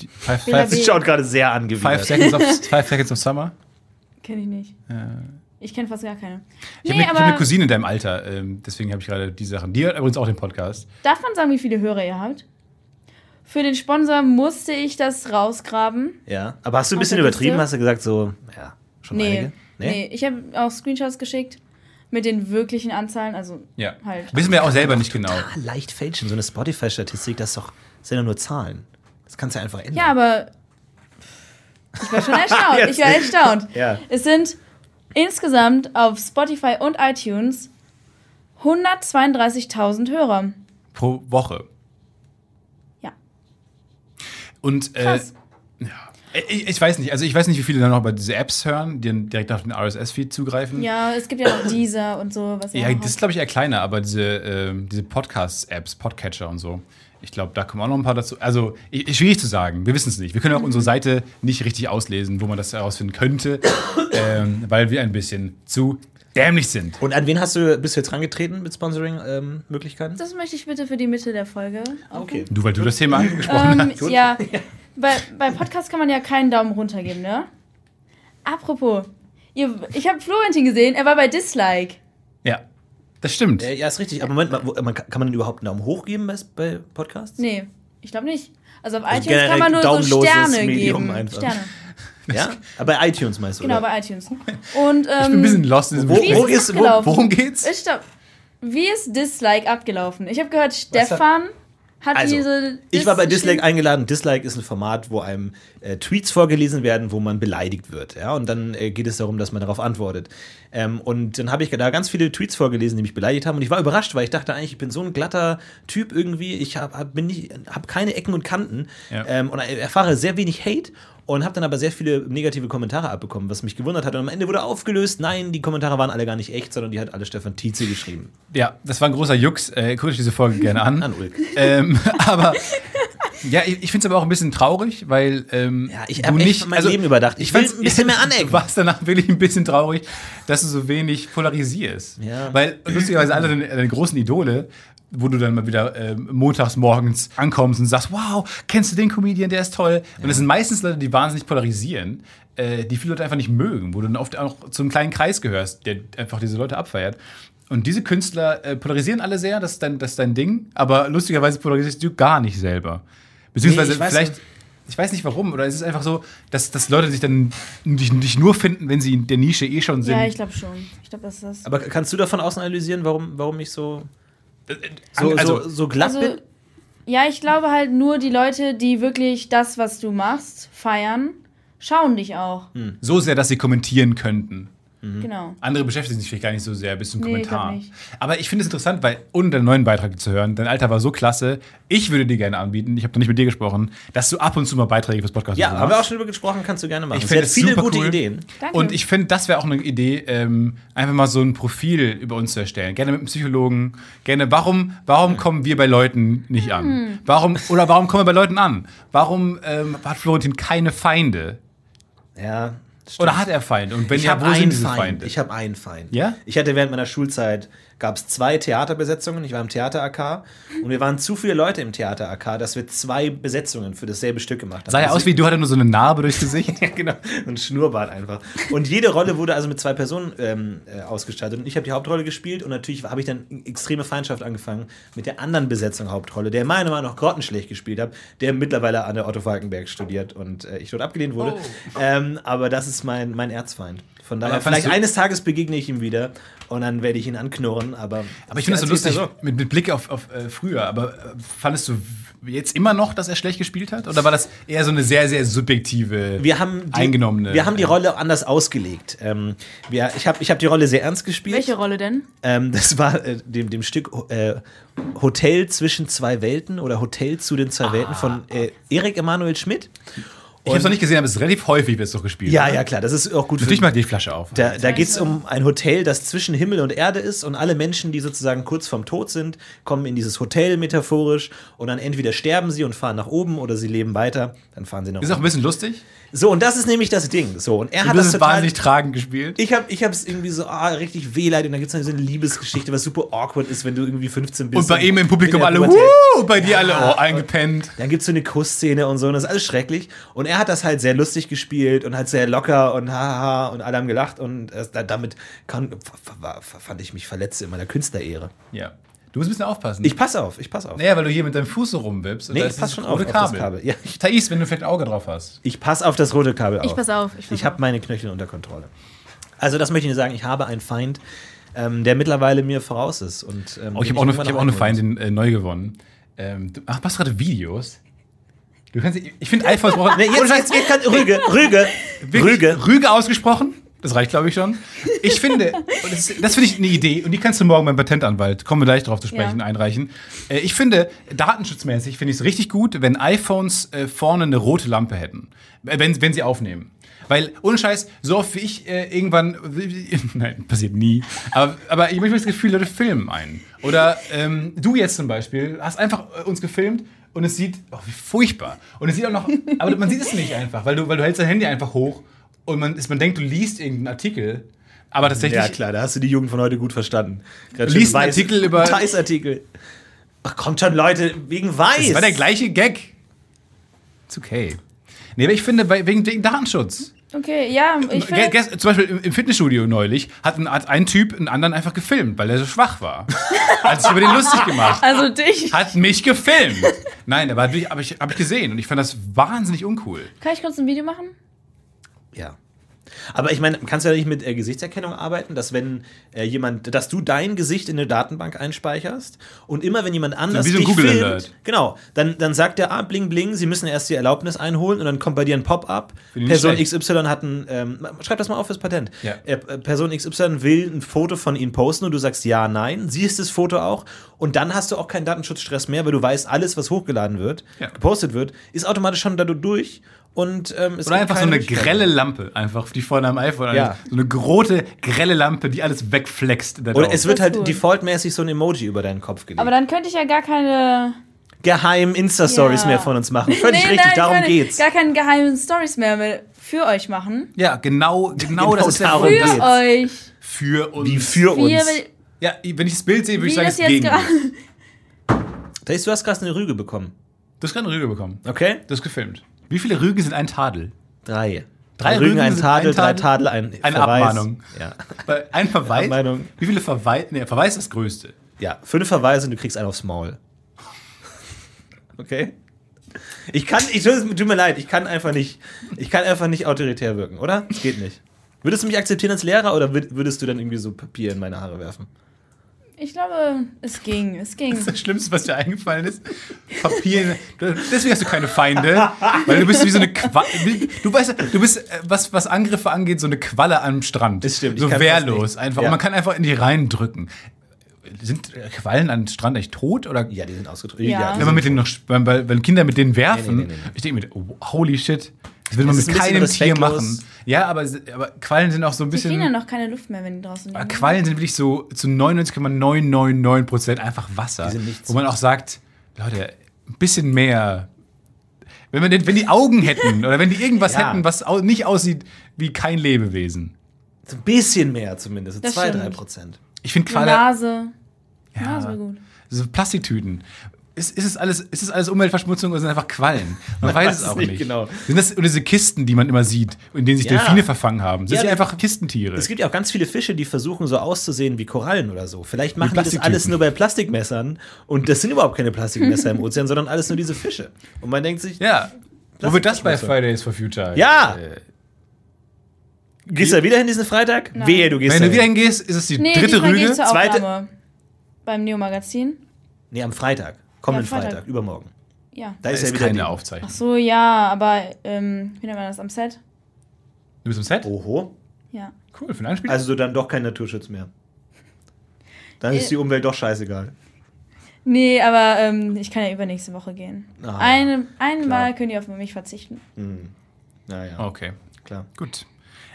Speaker 3: die- five,
Speaker 4: Bela
Speaker 3: five,
Speaker 2: Sie
Speaker 4: B.
Speaker 2: schaut gerade sehr
Speaker 3: five,
Speaker 2: angewidert.
Speaker 3: seconds of, five Seconds of Summer?
Speaker 4: Kenne ich nicht.
Speaker 3: Äh,
Speaker 4: Ich kenne fast gar keine.
Speaker 3: ich habe
Speaker 4: Nee,
Speaker 3: eine, ich hab
Speaker 4: aber
Speaker 3: eine Cousine in deinem Alter, ähm, deswegen habe ich gerade die Sachen. Die hört übrigens auch den Podcast.
Speaker 4: darf man sagen, wie viele Hörer ihr habt? Für den Sponsor musste ich das rausgraben.
Speaker 2: Ja, aber hast du ein
Speaker 4: Aus
Speaker 2: bisschen
Speaker 4: der
Speaker 2: übertrieben?
Speaker 4: Kiste?
Speaker 2: Hast du gesagt so, ja, schon
Speaker 4: Nee.
Speaker 2: einige?
Speaker 4: nee. ich habe auch Screenshots geschickt mit den wirklichen Anzahlen. Also
Speaker 3: Ja.
Speaker 4: Halt.
Speaker 3: Wissen wir auch selber nicht genau.
Speaker 2: Ah, leicht fälschen. So eine Spotify-Statistik, das ist doch, das sind ja nur Zahlen. Das kannst du ja einfach ändern.
Speaker 4: ja, aber ich war schon erstaunt.
Speaker 2: Jetzt.
Speaker 4: ich war erstaunt.
Speaker 2: Ja.
Speaker 4: Es sind insgesamt auf Spotify und iTunes 132.000 Hörer.
Speaker 3: Pro Woche.
Speaker 4: Ja.
Speaker 3: Und äh,
Speaker 4: Krass.
Speaker 3: ich, ich weiß nicht, also ich weiß nicht, wie viele dann noch über diese Apps hören, die dann direkt auf den RSS-Feed zugreifen.
Speaker 4: Ja, es gibt ja noch dieser und so. Was ihr
Speaker 3: Ja,
Speaker 4: noch
Speaker 2: halt.
Speaker 3: das ist,
Speaker 4: habt.
Speaker 3: glaube ich, eher kleiner, aber diese, ähm, diese Podcast-Apps, Podcatcher und so, ich glaube, da kommen auch noch ein paar dazu. Also, i- i- schwierig zu sagen, wir wissen es nicht. Wir
Speaker 2: Mhm.
Speaker 3: können auch unsere Seite nicht richtig auslesen, wo man das herausfinden könnte, ähm, weil wir ein bisschen zu dämlich sind.
Speaker 2: Und an wen hast du, bist du jetzt rangetreten mit Sponsoring-Möglichkeiten?
Speaker 4: das möchte ich bitte für die Mitte der Folge. offen.
Speaker 2: okay.
Speaker 3: Du, weil du das Thema angesprochen hast.
Speaker 4: Ähm, ja, bei, bei Podcast kann man ja keinen Daumen runter geben, ne? Apropos, ihr, ich habe Florentin gesehen, er war bei Dislike.
Speaker 3: Ja, das stimmt.
Speaker 2: Äh, Ja, ist richtig. Aber Moment mal, wo, man, kann man denn überhaupt einen Daumen hoch geben bei, bei Podcasts?
Speaker 4: Nee, ich glaube nicht. Also auf
Speaker 2: Also
Speaker 4: iTunes kann man nur
Speaker 2: generell
Speaker 4: so
Speaker 2: downloses
Speaker 4: Sterne
Speaker 2: Medium
Speaker 4: geben.
Speaker 2: einfach.
Speaker 4: Sterne.
Speaker 2: Ja? Aber bei iTunes meinst du,
Speaker 4: Genau,
Speaker 2: oder?
Speaker 4: bei iTunes. Und,
Speaker 3: Ich
Speaker 4: ähm,
Speaker 3: bin ein bisschen lost in diesem
Speaker 2: Wo-
Speaker 4: wie
Speaker 2: wo
Speaker 3: Gespräch.
Speaker 4: ist
Speaker 2: ist-
Speaker 4: es
Speaker 2: wo-
Speaker 4: abgelaufen?
Speaker 3: Worum geht's?
Speaker 4: Ich glaub, wie ist Dislike abgelaufen? Ich habe gehört, Stefan hat,
Speaker 2: Also,
Speaker 4: diese.
Speaker 2: ich war bei
Speaker 4: Dis-
Speaker 2: Dislike eingeladen. Dislike ist ein Format, wo einem äh, Tweets vorgelesen werden, wo man beleidigt wird. Ja? Und dann äh, geht es darum, dass man darauf antwortet. Ähm, und dann habe ich da ganz viele Tweets vorgelesen, die mich beleidigt haben. Und ich war überrascht, weil ich dachte eigentlich, ich bin so ein glatter Typ irgendwie. Ich habe hab, bin nicht- hab keine Ecken und Kanten
Speaker 3: Ja.
Speaker 2: ähm, und erfahre sehr wenig Hate. Und habe dann aber sehr viele negative Kommentare abbekommen, was mich gewundert hat. Und am Ende wurde aufgelöst, nein, die Kommentare waren alle gar nicht echt, sondern die hat alle Stefan Tietze geschrieben.
Speaker 3: Ja, das war ein großer Jux. Äh, guckt euch diese Folge gerne an.
Speaker 2: An Ulk.
Speaker 3: ähm, aber ja, ich, ich finde es aber auch ein bisschen traurig, weil ähm,
Speaker 2: Ja, ich
Speaker 3: du
Speaker 2: hab echt
Speaker 3: nicht
Speaker 2: mein Leben überdacht. Ich will
Speaker 3: fand's
Speaker 2: ein bisschen mehr
Speaker 3: bisschen-
Speaker 2: anecken.
Speaker 3: Du warst danach wirklich ein bisschen traurig, dass du so wenig polarisierst.
Speaker 2: Ja.
Speaker 3: Weil lustigerweise alle deine, deine großen Idole wo du dann mal wieder ähm, montags morgens ankommst und sagst, wow, kennst du den Comedian, der ist toll. Und es sind meistens Leute, die wahnsinnig polarisieren, äh, die viele Leute einfach nicht mögen, wo du dann oft auch zu einem kleinen Kreis gehörst, der einfach diese Leute abfeiert. Und diese Künstler äh, polarisieren alle sehr, das ist, dein, das ist dein Ding, aber lustigerweise polarisierst du gar nicht selber. Beziehungsweise
Speaker 2: Nee, ich weiß
Speaker 3: vielleicht, ich weiß nicht warum, oder es ist einfach so, dass, dass Leute sich dann dich, dich nur finden, wenn sie in der Nische eh schon sind.
Speaker 4: Ja, ich glaube schon. Ich glaube, das ist das.
Speaker 2: Aber kannst du davon außen analysieren, warum, warum ich so, so,
Speaker 3: so, also,
Speaker 2: so, so glatt
Speaker 4: Also,
Speaker 2: bin?
Speaker 4: ja, ich glaube halt nur die Leute, die wirklich das, was du machst, feiern, schauen dich auch.
Speaker 2: Mhm.
Speaker 3: so sehr, dass sie kommentieren könnten.
Speaker 4: Genau.
Speaker 3: Andere beschäftigen sich vielleicht gar nicht so sehr bis zum
Speaker 4: Nee,
Speaker 3: Kommentar.
Speaker 4: glaub nicht.
Speaker 3: Aber ich finde es interessant, weil ohne deinen neuen Beitrag zu hören, dein Alter war so klasse. Ich würde dir gerne anbieten, ich habe noch nicht mit dir gesprochen, dass du ab und zu mal Beiträge fürs Podcast
Speaker 2: Ja,
Speaker 3: machst.
Speaker 2: haben wir auch schon drüber gesprochen, kannst du gerne machen.
Speaker 3: Ich
Speaker 2: Sie
Speaker 3: finde
Speaker 2: hat
Speaker 3: es
Speaker 2: viele
Speaker 3: super
Speaker 2: gute
Speaker 3: cool.
Speaker 2: Ideen.
Speaker 4: Danke.
Speaker 3: Und ich finde, das wäre auch eine Idee, ähm, einfach mal so ein Profil über uns zu erstellen. Gerne mit einem Psychologen. Gerne, warum, warum kommen wir bei Leuten nicht an? Warum, oder warum kommen wir bei Leuten an? Warum ähm, hat Florentin keine Feinde?
Speaker 2: Ja. stimmt.
Speaker 3: Oder hat er Feinde? Und wenn
Speaker 2: ich
Speaker 3: ja,
Speaker 2: habe
Speaker 3: wo sind
Speaker 2: einen
Speaker 3: diese
Speaker 2: Feind.
Speaker 3: Feinde?
Speaker 2: Ich habe einen Feind.
Speaker 3: Ja?
Speaker 2: Ich hatte während meiner Schulzeit gab es zwei Theaterbesetzungen. Ich war im Theater AK und wir waren zu viele Leute im Theater AK, dass wir zwei Besetzungen für dasselbe Stück gemacht haben.
Speaker 3: Sah er
Speaker 2: Also
Speaker 3: aus wie du, hatte nur so eine Narbe durchs Gesicht.
Speaker 2: Ja, genau. Ein Schnurrbart einfach. Und jede Rolle wurde also mit zwei Personen ähm, äh, ausgestattet. Und ich habe die Hauptrolle gespielt und natürlich habe ich dann extreme Feindschaft angefangen mit der anderen Besetzung Hauptrolle, der meiner Meinung nach grottenschlecht gespielt hat, der mittlerweile an der Otto Falkenberg studiert und äh, ich dort abgelehnt wurde. Ähm, aber das ist mein, mein Erzfeind. Von daher,
Speaker 3: Aber fandest
Speaker 2: vielleicht
Speaker 3: du-
Speaker 2: eines Tages begegne ich ihm wieder und dann werde ich ihn anknurren. Aber,
Speaker 3: Aber ich finde das so
Speaker 2: Als die
Speaker 3: lustig,
Speaker 2: Person-
Speaker 3: mit, mit Blick auf, auf äh, früher. Aber äh, fandest du w- jetzt immer noch, dass er schlecht gespielt hat? Oder war das eher so eine sehr, sehr subjektive,
Speaker 2: Wir haben die,
Speaker 3: eingenommene?
Speaker 2: Wir haben die Rolle anders ausgelegt. Ähm, wir, ich habe ich hab die Rolle sehr ernst gespielt.
Speaker 4: Welche Rolle denn?
Speaker 2: Ähm, das war äh, dem, dem Stück äh, Hotel zwischen zwei Welten oder Hotel zu den zwei Welten von äh, Erik Emanuel Schmidt.
Speaker 3: Ich habe es noch nicht gesehen, aber es ist relativ häufig wird es doch gespielt.
Speaker 2: Ja,
Speaker 3: oder?
Speaker 2: ja, klar, das ist auch gut für
Speaker 3: Natürlich macht die Flasche auf.
Speaker 2: Da, da geht es um ein Hotel, das zwischen Himmel und Erde ist und alle Menschen, die sozusagen kurz vorm Tod sind, kommen in dieses Hotel metaphorisch und dann entweder sterben sie und fahren nach oben oder sie leben weiter, dann fahren sie nach
Speaker 3: ist auch ein
Speaker 2: oben.
Speaker 3: bisschen lustig.
Speaker 2: So, und das ist nämlich das Ding. So, und er
Speaker 3: Du
Speaker 2: hat das
Speaker 3: hast es
Speaker 2: total
Speaker 3: wahnsinnig tragend gespielt.
Speaker 2: Ich habe ich hab's irgendwie so ah, richtig wehleid und dann gibt's dann so eine Liebesgeschichte, was super awkward ist, wenn du irgendwie 15 bist.
Speaker 3: und bei ihm im Publikum
Speaker 2: in der
Speaker 3: alle,
Speaker 2: Pubertät.
Speaker 3: wuh, bei dir alle, oh, eingepennt.
Speaker 2: Dann gibt's so eine Kussszene und so und das ist alles schrecklich. Und er hat das halt sehr lustig gespielt und halt sehr locker und haha und alle haben gelacht und äh, da- damit kann, f- f- f- fand ich mich verletzt in meiner Künstlerehre.
Speaker 3: Ja. Du musst ein bisschen aufpassen.
Speaker 2: Ich pass auf, ich pass auf.
Speaker 3: naja, weil du hier mit deinem Fuß so rumwippst. und
Speaker 2: Nee,
Speaker 3: da
Speaker 2: ich
Speaker 3: ist
Speaker 2: pass schon
Speaker 3: dieses rote
Speaker 2: auf, auf das
Speaker 3: Kabel.
Speaker 2: Kabel. Ja.
Speaker 3: Thais, wenn du vielleicht ein Auge drauf hast.
Speaker 2: Ich pass auf das rote Kabel auf.
Speaker 4: Ich pass auf, ich pass
Speaker 2: ich habe
Speaker 4: auf.
Speaker 2: meine Knöchel unter Kontrolle. Also das möchte ich nur sagen, ich habe einen Feind, ähm, der mittlerweile mir voraus ist. Und, ähm,
Speaker 3: Oh, ich
Speaker 2: den
Speaker 3: habe auch, eine-
Speaker 2: irgendwann
Speaker 3: ich hab auch eine
Speaker 2: einholen muss.
Speaker 3: Feindin äh, neu gewonnen. Ähm, du, ach, machst du gerade Videos? Du kannst, ich finde, iPhones brauchen.
Speaker 2: Nee, jetzt, jetzt, jetzt kann Rüge, Rüge,
Speaker 3: Wirklich,
Speaker 2: Rüge.
Speaker 3: Rüge ausgesprochen. Das reicht, glaube ich, schon. Ich finde, und das, das finde ich eine Idee, und die kannst du morgen beim Patentanwalt, kommen wir gleich drauf zu sprechen,
Speaker 4: Ja.
Speaker 3: einreichen. Äh, Ich finde, datenschutzmäßig finde ich es richtig gut, wenn iPhones äh, vorne eine rote Lampe hätten, Äh, wenn, wenn sie aufnehmen. Weil, ohne Scheiß, so oft wie ich äh, irgendwann, nein, passiert nie, aber, aber ich habe manchmal das Gefühl, Leute filmen einen. Oder ähm, du jetzt zum Beispiel, hast einfach äh, uns gefilmt und es sieht, oh, wie furchtbar. Und es sieht auch noch, aber man sieht es nicht einfach, weil du, weil du hältst dein Handy einfach hoch und man, ist, man denkt, du liest irgendeinen Artikel, aber tatsächlich
Speaker 2: Ja klar, da hast du die Jugend von heute gut verstanden. Gerade
Speaker 3: Lies
Speaker 2: schön
Speaker 3: einen
Speaker 2: weiß-
Speaker 3: Artikel über-
Speaker 2: Scheißartikel. Ach kommt schon Leute, wegen Weiß.
Speaker 3: Das war der gleiche Gag. Ist okay. Nee, aber ich finde, bei- wegen, wegen Datenschutz.
Speaker 4: Okay, ja, ich
Speaker 3: Ge-
Speaker 4: finde.
Speaker 3: gest- zum Beispiel im, im Fitnessstudio neulich hat ein, hat ein Typ einen anderen einfach gefilmt, weil er so schwach war. hat sich über den lustig gemacht.
Speaker 4: Also
Speaker 2: Ah.
Speaker 4: dich.
Speaker 3: Hat mich gefilmt. Nein, aber habe ich, hab ich gesehen und ich fand das wahnsinnig uncool.
Speaker 4: Kann ich kurz ein Video machen?
Speaker 2: ja. Aber ich meine, kannst du ja nicht mit äh, Gesichtserkennung arbeiten, dass wenn äh, jemand, dass du dein Gesicht in eine Datenbank einspeicherst und immer wenn jemand anders
Speaker 3: wie so ein
Speaker 2: dich
Speaker 3: halt. Google
Speaker 2: filmt,
Speaker 3: Alert.
Speaker 2: genau, dann, dann sagt der, ah, bling bling, sie müssen erst die Erlaubnis einholen und dann kommt bei dir ein Pop-up.
Speaker 3: ich
Speaker 2: Person
Speaker 3: schlecht.
Speaker 2: XY hat ein, ähm, schreib das mal auf fürs Patent.
Speaker 3: Ja.
Speaker 2: Äh, äh, Person XY will ein Foto von ihnen posten und du sagst ja, nein, siehst das Foto auch und dann hast du auch keinen Datenschutzstress mehr, weil du weißt, alles, was hochgeladen wird,
Speaker 3: Ja.
Speaker 2: gepostet wird, ist automatisch schon da durch und ähm, es
Speaker 3: Oder
Speaker 2: gibt
Speaker 3: einfach so
Speaker 2: keine
Speaker 3: eine
Speaker 2: Möglichkeit.
Speaker 3: grelle Lampe, einfach die vorne am iPhone. also
Speaker 2: Ja.
Speaker 3: So eine grote, grelle Lampe, die alles wegflext. in der
Speaker 2: Oder
Speaker 3: Daumen.
Speaker 2: es wird
Speaker 4: Das ist
Speaker 2: halt
Speaker 4: gut.
Speaker 2: defaultmäßig so ein Emoji über deinen Kopf gelegt.
Speaker 4: Aber dann könnte ich ja gar keine.
Speaker 2: Geheim Insta-Stories
Speaker 4: Ja.
Speaker 2: mehr von uns machen. Völlig
Speaker 4: Nee,
Speaker 2: richtig,
Speaker 4: nein, ich
Speaker 2: darum
Speaker 4: meine,
Speaker 2: geht's.
Speaker 4: Gar keine geheimen Stories mehr mit- für euch machen.
Speaker 3: ja, genau, genau,
Speaker 2: Genau
Speaker 3: das ist der
Speaker 2: darum
Speaker 3: Grund,
Speaker 4: Für
Speaker 3: dass-
Speaker 2: geht's.
Speaker 4: euch.
Speaker 3: Für uns.
Speaker 2: Wie für
Speaker 4: Wie,
Speaker 2: uns.
Speaker 3: ja, wenn ich das Bild sehe, würde
Speaker 4: wie
Speaker 3: ich sagen, es
Speaker 4: das
Speaker 3: ist
Speaker 4: jetzt
Speaker 3: gegen
Speaker 4: gerade.
Speaker 3: mich.
Speaker 2: Da ist, du hast gerade eine Rüge bekommen.
Speaker 3: Du hast gerade eine Rüge bekommen.
Speaker 2: Okay?
Speaker 3: Das ist gefilmt. Wie viele Rügen sind ein Tadel?
Speaker 2: Drei.
Speaker 3: Drei
Speaker 2: Rügen,
Speaker 3: Rügen
Speaker 2: ein
Speaker 3: sind
Speaker 2: Tadel,
Speaker 3: ein
Speaker 2: drei Tadel,
Speaker 3: Tadel,
Speaker 2: ein
Speaker 3: eine
Speaker 2: Verweis.
Speaker 3: Abmahnung.
Speaker 2: Ja.
Speaker 3: Weil Ein Verweis?
Speaker 2: Meinung.
Speaker 3: Wie viele Verweis? Nee, Verweis ist das Größte.
Speaker 2: ja, fünf Verweise und du kriegst einen aufs Maul. Okay? Ich kann, ich, tut mir leid, ich kann einfach nicht, ich kann einfach nicht autoritär wirken, oder? Es geht nicht. Würdest du mich akzeptieren als Lehrer oder würd- würdest du dann irgendwie so Papier in meine Haare werfen?
Speaker 4: Ich glaube, es ging, es ging.
Speaker 3: Das Schlimmste, was dir eingefallen ist, Papier. Deswegen hast du keine Feinde, weil du bist wie so eine Qualle. Du weißt, du bist, äh, was, was Angriffe angeht, so eine Qualle am Strand.
Speaker 2: Das stimmt, ich
Speaker 3: So
Speaker 2: kann fast
Speaker 3: wehrlos
Speaker 2: nicht.
Speaker 3: einfach.
Speaker 2: Ja.
Speaker 3: Und man kann einfach in die reindrücken. Sind äh, Quallen am Strand eigentlich tot? Oder
Speaker 2: Ja, die sind ausgedrückt.
Speaker 4: Ja.
Speaker 2: die
Speaker 3: wenn man mit denen noch, sp- weil, weil weil Kinder mit denen werfen,
Speaker 2: Nee, nee, nee, nee.
Speaker 3: ich denke mir, oh, holy shit, das will man
Speaker 2: Das
Speaker 3: mit
Speaker 2: ist ein
Speaker 3: keinem
Speaker 2: bisschen
Speaker 3: Tier
Speaker 2: respektlos.
Speaker 3: machen. Ja, aber, aber Quallen sind auch so ein
Speaker 4: Die kriegen ja
Speaker 3: bisschen.
Speaker 4: noch keine Luft mehr, wenn die draußen
Speaker 2: Ah,
Speaker 3: Aber
Speaker 4: liegen.
Speaker 3: Äh, Quallen sind wirklich so zu 99,999 Prozent einfach Wasser.
Speaker 2: Die sind nichts.
Speaker 3: Wo man auch sagt, Leute, ein bisschen mehr. Wenn, man, den- wenn die Augen hätten oder wenn die irgendwas
Speaker 2: Ja.
Speaker 3: hätten, was au- nicht aussieht wie kein Lebewesen.
Speaker 2: So ein bisschen mehr zumindest. So
Speaker 4: Das
Speaker 2: zwei,
Speaker 4: stimmt.
Speaker 2: drei Prozent.
Speaker 3: Ich finde
Speaker 4: Eine
Speaker 3: Quallen,
Speaker 4: Nase. Nase war gut.
Speaker 3: so Plastiktüten. Ist, ist, es alles, ist es alles Umweltverschmutzung oder sind einfach Quallen? Man, weiß es auch nicht.
Speaker 2: genau.
Speaker 3: Sind das und diese Kisten, die man immer sieht, in denen sich
Speaker 2: Ja.
Speaker 3: Delfine verfangen haben? Sind
Speaker 2: Ja,
Speaker 3: die
Speaker 2: die-
Speaker 3: einfach Kistentiere?
Speaker 2: Es gibt ja auch ganz viele Fische, die versuchen so auszusehen wie Korallen oder so. Vielleicht machen die das
Speaker 3: Plastiktüten.
Speaker 2: alles nur bei Plastikmessern und das sind überhaupt keine Plastikmesser im Ozean, sondern alles nur diese Fische. Und man denkt sich,
Speaker 3: ja. Wo wird das bei
Speaker 2: Plastikverschmutzung.
Speaker 3: Fridays for Future?
Speaker 2: Ja.
Speaker 3: Äh,
Speaker 2: gehst du da wieder hin diesen Freitag?
Speaker 4: Nein.
Speaker 2: Wehe, du gehst
Speaker 3: Wenn du
Speaker 2: da
Speaker 3: wieder
Speaker 2: hin.
Speaker 3: hingehst, ist es die
Speaker 4: Nee,
Speaker 3: dritte
Speaker 4: diesmal gehe
Speaker 3: Rüge.
Speaker 4: ich zur
Speaker 2: zweite-
Speaker 4: Aufnahme. Beim Neo-Magazin.
Speaker 2: Nee, am Freitag. Kommenden
Speaker 4: Ja, Freitag.
Speaker 2: Freitag. übermorgen.
Speaker 4: Ja.
Speaker 2: Da,
Speaker 3: Da
Speaker 2: ist,
Speaker 3: ist
Speaker 2: ja wieder
Speaker 3: keine
Speaker 2: die-
Speaker 3: Aufzeichnung.
Speaker 4: Ach so, ja, aber ähm, wie nennt man das am Set?
Speaker 3: Du bist im Set?
Speaker 2: Oho.
Speaker 4: Ja.
Speaker 3: Cool, für ein Spiel.
Speaker 2: Also dann doch kein Naturschutz mehr. Dann ist
Speaker 4: Äh.
Speaker 2: die Umwelt doch scheißegal.
Speaker 4: Nee, aber ähm, ich kann ja übernächste Woche gehen.
Speaker 2: Ah,
Speaker 4: Eine, einmal
Speaker 2: klar.
Speaker 4: können die auf mich verzichten.
Speaker 2: Naja,
Speaker 3: okay,
Speaker 2: klar.
Speaker 3: gut.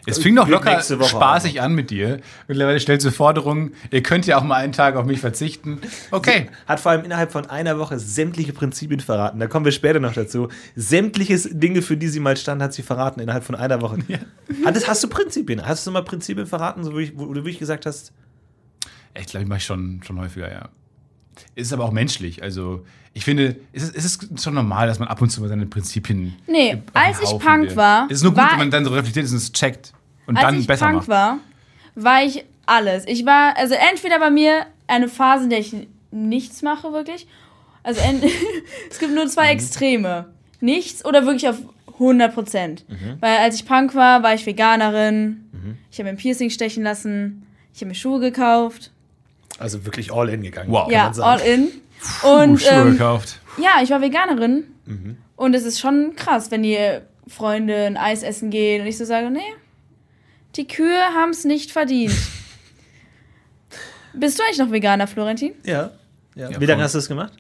Speaker 3: Es fing doch
Speaker 2: Glück
Speaker 3: locker
Speaker 2: Also nächste Woche
Speaker 3: spaßig an mit dir. Mittlerweile stellst du Forderungen, ihr könnt ja auch mal einen Tag auf mich verzichten. Okay.
Speaker 2: hat vor allem innerhalb von einer Woche sämtliche Prinzipien verraten. Da kommen wir später noch dazu. Sämtliche Dinge, für die sie mal stand, hat sie verraten innerhalb von einer Woche. Hattest, hast du Prinzipien? Hast du mal Prinzipien verraten, so wie ich, wo du wirklich gesagt hast,
Speaker 3: Ich glaube, ich mache schon, schon häufiger, ja. Es Ist aber auch menschlich. Also, ich finde, es ist, es ist schon normal, dass man ab und zu mal seine Prinzipien.
Speaker 4: Nee, als ich
Speaker 3: Haufen
Speaker 4: Punk
Speaker 3: wirft.
Speaker 4: war,
Speaker 3: Es ist nur gut,
Speaker 4: war-
Speaker 3: wenn man dann so reflektiert ist und es checkt und
Speaker 4: Als
Speaker 3: dann
Speaker 4: ich
Speaker 3: besser
Speaker 4: krank
Speaker 3: macht.
Speaker 4: war, war ich alles. Ich war, also entweder bei mir eine Phase, in der ich nichts mache, wirklich. Also en- es gibt nur
Speaker 3: Mhm.
Speaker 4: zwei Extreme. Nichts oder wirklich auf 100 Prozent.
Speaker 3: Mhm.
Speaker 4: Weil als ich Punk war, war ich Veganerin. Ich habe mir ein Piercing stechen lassen. Ich habe mir Schuhe gekauft.
Speaker 2: also wirklich all in gegangen?
Speaker 3: Wow.
Speaker 4: ja,
Speaker 2: man sagen.
Speaker 4: all in.
Speaker 3: Oh,
Speaker 4: Und
Speaker 3: Schuhe
Speaker 4: ähm,
Speaker 3: gekauft.
Speaker 4: ja, ich war Veganerin.
Speaker 3: Mhm.
Speaker 4: Und es ist schon krass, wenn die Freunde ein Eis essen gehen und ich so sage, nee, die Kühe haben es nicht verdient. Bist du eigentlich noch Veganer, Florentin?
Speaker 2: Ja. ja.
Speaker 3: Ja,
Speaker 2: Wie lange
Speaker 3: komm.
Speaker 2: hast du das gemacht?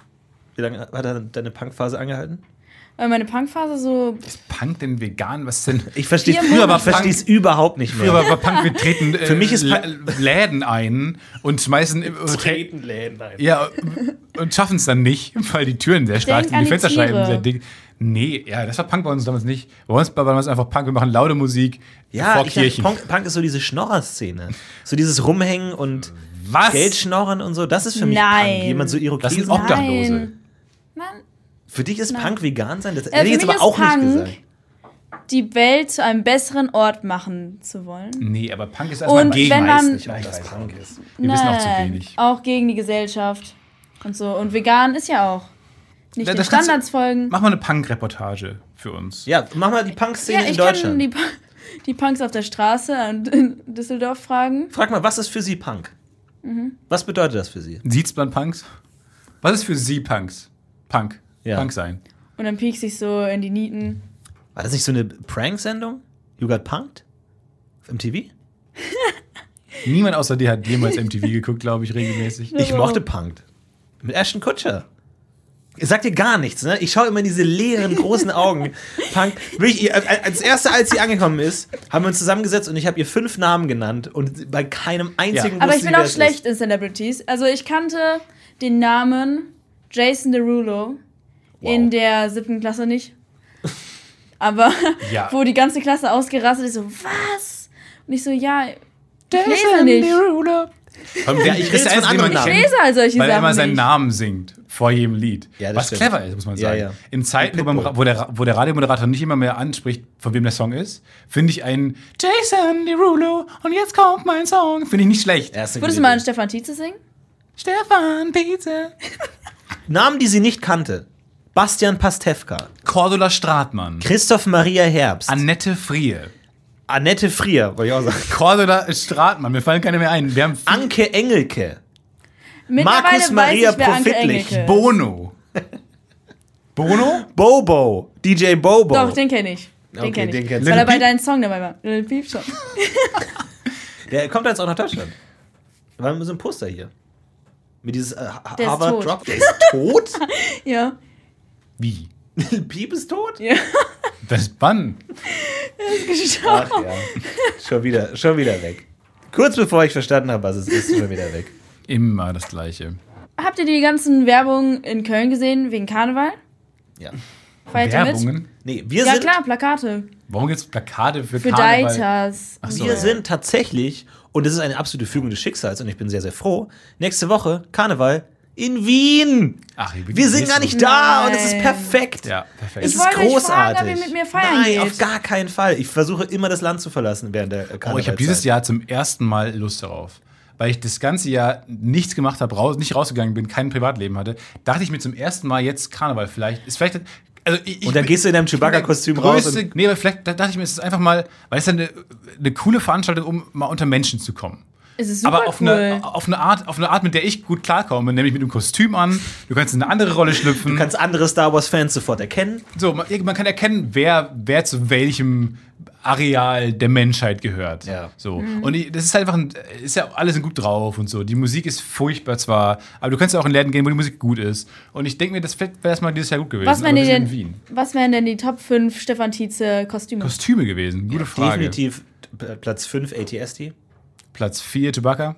Speaker 2: Wie lange hat er deine Punkphase angehalten?
Speaker 4: Weil meine Punkphase so.
Speaker 3: Punk denn vegan? Was denn?
Speaker 2: Ich verstehe
Speaker 4: Vier
Speaker 2: früher war
Speaker 3: Monate.
Speaker 2: verstehe es überhaupt nicht mehr.
Speaker 3: Früher war, war Punk, wir treten äh,
Speaker 2: Für mich ist
Speaker 3: Lä-
Speaker 2: Punk-
Speaker 3: Läden ein und schmeißen.
Speaker 2: Treten, Läden ein.
Speaker 3: Ja, und schaffen es dann nicht, weil die Türen sehr stark
Speaker 4: Denk
Speaker 3: sind,
Speaker 4: an
Speaker 3: die
Speaker 4: die
Speaker 3: Fensterscheiben
Speaker 4: Tiere.
Speaker 3: sehr dick. Nee, ja, das war Punk bei uns damals nicht. Bei uns war damals einfach Punk, wir machen laute Musik
Speaker 2: Ja,
Speaker 3: vor
Speaker 2: ich dachte,
Speaker 3: Kirchen.
Speaker 2: Punk, Punk ist so diese Schnorrer-Szene. So dieses Rumhängen und
Speaker 3: Was?
Speaker 2: Geld schnorren und so. Das ist für mich
Speaker 4: Nein.
Speaker 2: Punk. Jemand so
Speaker 3: Das
Speaker 2: Irokesen
Speaker 3: sind Obdachlose.
Speaker 4: Nein. Nein.
Speaker 2: Für dich ist Punk vegan sein? Das
Speaker 4: Äh,
Speaker 2: hätte ich
Speaker 4: für
Speaker 2: jetzt
Speaker 4: mich
Speaker 2: aber
Speaker 4: ist
Speaker 2: auch nicht
Speaker 4: Punk, ähm,
Speaker 2: gesagt.
Speaker 4: die Welt zu einem besseren Ort machen zu wollen.
Speaker 3: Nee, aber Punk ist erstmal
Speaker 4: Und
Speaker 3: gegen.
Speaker 4: wenn
Speaker 3: weiß
Speaker 4: man-
Speaker 3: nicht, ob das Punk ist.
Speaker 2: ist.
Speaker 3: Wir wissen auch zu
Speaker 4: Nein,
Speaker 3: wenig.
Speaker 4: Auch gegen die Gesellschaft und so. Und vegan ist ja auch. Nicht
Speaker 3: Ja,
Speaker 4: den
Speaker 3: das kannst du-
Speaker 4: Standards folgen.
Speaker 3: Mach mal eine Punk-Reportage für uns.
Speaker 2: Ja, mach mal die Punk-Szene
Speaker 4: Ja,
Speaker 2: in
Speaker 4: ich kann
Speaker 2: Deutschland.
Speaker 4: die. Punk- die Punks auf der Straße und in Düsseldorf fragen.
Speaker 2: Frag mal, was ist für Sie Punk?
Speaker 4: Mhm.
Speaker 2: Was bedeutet das für Sie?
Speaker 3: Sieht's man Punks? Was ist für Sie Punks? Punk.
Speaker 2: Ja.
Speaker 3: Punk sein.
Speaker 4: Und dann piekst ich so in die Nieten.
Speaker 2: War das nicht so eine Prank-Sendung? You got punked? Auf MTV?
Speaker 3: Niemand außer dir hat jemals MTV geguckt, glaube ich, regelmäßig.
Speaker 2: Ich mochte Punked. Mit Ashton Kutscher. Sagt dir gar nichts, ne? Ich schaue immer in diese leeren, großen Augen. Punk, wirklich, ihr- äh, als erste, als sie angekommen ist, haben wir uns zusammengesetzt und ich habe ihr fünf Namen genannt und bei keinem einzigen
Speaker 4: Aber
Speaker 2: wusste
Speaker 4: ich
Speaker 2: sie,
Speaker 4: bin
Speaker 2: wer
Speaker 4: auch
Speaker 2: es
Speaker 4: schlecht in Celebrities. Also ich kannte den Namen Jason Derulo
Speaker 2: Wow.
Speaker 4: in der siebten Klasse nicht. Aber
Speaker 3: Ja.
Speaker 4: wo die ganze Klasse ausgerastet ist, so, was? Und ich so, ja, ich lese nicht.
Speaker 3: Ja, ich
Speaker 2: rede jetzt von anderen
Speaker 4: Ich
Speaker 2: Namen.
Speaker 4: lese halt solche
Speaker 3: weil er
Speaker 4: Sachen
Speaker 3: immer seinen
Speaker 4: nicht.
Speaker 3: Namen singt vor jedem Lied.
Speaker 2: Ja, das
Speaker 3: Was
Speaker 2: stimmt.
Speaker 3: clever ist, muss man
Speaker 2: Ja,
Speaker 3: sagen.
Speaker 2: ja.
Speaker 3: In Zeiten, wo, beim, Ra- wo, der, wo der Radiomoderator nicht immer mehr anspricht, von wem der Song ist, finde ich einen Jason Derulo und jetzt kommt mein Song. Finde ich nicht schlecht.
Speaker 2: ist. Erste
Speaker 4: Würdest du mal einen Stefan Tietze singen?
Speaker 3: Stefan Pizza.
Speaker 2: Namen, die sie nicht kannte. Bastian Pastewka,
Speaker 3: Cordula Stratmann.
Speaker 2: Christoph Maria Herbst,
Speaker 3: Annette Frier.
Speaker 2: Annette Frier, wollte ich auch sagen.
Speaker 3: Cordula Stratmann. Mir fallen keine mehr ein. Wir haben viel-
Speaker 2: Anke Engelke,
Speaker 4: Mittlerweile
Speaker 2: Markus Maria
Speaker 4: weiß ich, wer Anke
Speaker 2: Profitlich.
Speaker 4: Engelke ist.
Speaker 3: Bono. Bono?
Speaker 2: Bobo, DJ Bobo.
Speaker 4: Doch, den kenne ich. Den
Speaker 2: Okay,
Speaker 4: kenne
Speaker 2: den
Speaker 4: ich.
Speaker 2: kennst
Speaker 4: Weil
Speaker 3: du.
Speaker 4: er bei
Speaker 3: Piep.
Speaker 4: deinem Song dabei war. Little Peep Show.
Speaker 2: Der kommt jetzt auch nach Deutschland. War mit so einem Poster hier. Mit dieses äh, Ha-
Speaker 4: Der ist
Speaker 2: Harvard
Speaker 4: tot.
Speaker 2: Drop. Der ist tot?
Speaker 4: Ja.
Speaker 3: Wie?
Speaker 2: Lil Peep ist tot?
Speaker 3: Das Bann.
Speaker 2: Ach ja. Schon wieder, schon wieder weg. Kurz bevor ich verstanden habe, was es ist, schon wieder weg.
Speaker 3: Immer das Gleiche.
Speaker 4: Habt ihr die ganzen Werbungen in Köln gesehen wegen Karneval?
Speaker 2: Ja.
Speaker 4: Feiert ihr mit?
Speaker 3: Werbungen?
Speaker 2: Nee, wir
Speaker 4: Ja
Speaker 2: sind,
Speaker 4: klar, Plakate.
Speaker 3: Warum gibt es Plakate für,
Speaker 4: Für
Speaker 3: Karneval?
Speaker 4: Deitas.
Speaker 3: Ach so,
Speaker 2: wir
Speaker 3: ja.
Speaker 2: sind tatsächlich, und das ist eine absolute Fügung des Schicksals und ich bin sehr, sehr froh, nächste Woche Karneval in Wien.
Speaker 3: Ach, ich bin
Speaker 2: Wir sind gar nicht da und es ist
Speaker 4: Nein.
Speaker 2: perfekt.
Speaker 3: Ja, perfekt.
Speaker 2: Es
Speaker 4: Ich
Speaker 2: ist
Speaker 4: wollte euch
Speaker 2: großartig.
Speaker 4: fragen, ob ihr mit mir feiern
Speaker 2: Nein,
Speaker 4: geht.
Speaker 2: auf gar keinen Fall. Ich versuche immer das Land zu verlassen während der äh, Karneval.
Speaker 3: Oh, ich habe dieses Jahr zum ersten Mal Lust darauf. Weil ich das ganze Jahr nichts gemacht habe, raus, nicht rausgegangen bin, kein Privatleben hatte, dachte ich mir zum ersten Mal jetzt Karneval vielleicht. Ist vielleicht also ich, ich
Speaker 2: Und dann
Speaker 3: bin-
Speaker 2: gehst du in deinem
Speaker 3: ich bin der
Speaker 2: Chewbacca-Kostüm raus
Speaker 3: größte-
Speaker 2: und
Speaker 3: Nee, aber vielleicht da dachte ich mir, es ist einfach mal, weil es ist ja eine, eine coole Veranstaltung, um mal unter Menschen zu kommen.
Speaker 4: Es ist super
Speaker 3: Aber auf,
Speaker 4: cool.
Speaker 3: eine, auf, eine Art, auf eine Art, mit der ich gut klarkomme, nämlich mit einem Kostüm an. Du kannst in eine andere Rolle schlüpfen.
Speaker 2: Du kannst andere Star Wars-Fans sofort erkennen.
Speaker 3: So, man, man kann erkennen, wer, wer zu welchem Areal der Menschheit gehört.
Speaker 2: Ja.
Speaker 3: So.
Speaker 4: Mhm.
Speaker 3: Und ich, das ist halt einfach ein, ist ja alles gut drauf und so. Die Musik ist furchtbar zwar, aber du kannst ja auch in Läden gehen, wo die Musik gut ist. Und ich denke mir, das vielleicht wäre das mal dieses Jahr gut gewesen.
Speaker 4: Was wären,
Speaker 3: aber
Speaker 4: die
Speaker 3: wir sind
Speaker 4: denn,
Speaker 3: in Wien.
Speaker 4: was wären denn die Top 5 Stefan Tietze Kostüme?
Speaker 3: Kostüme gewesen, gute Frage.
Speaker 2: Definitiv P- Platz 5 ATST,
Speaker 3: Platz 4 Chewbacca,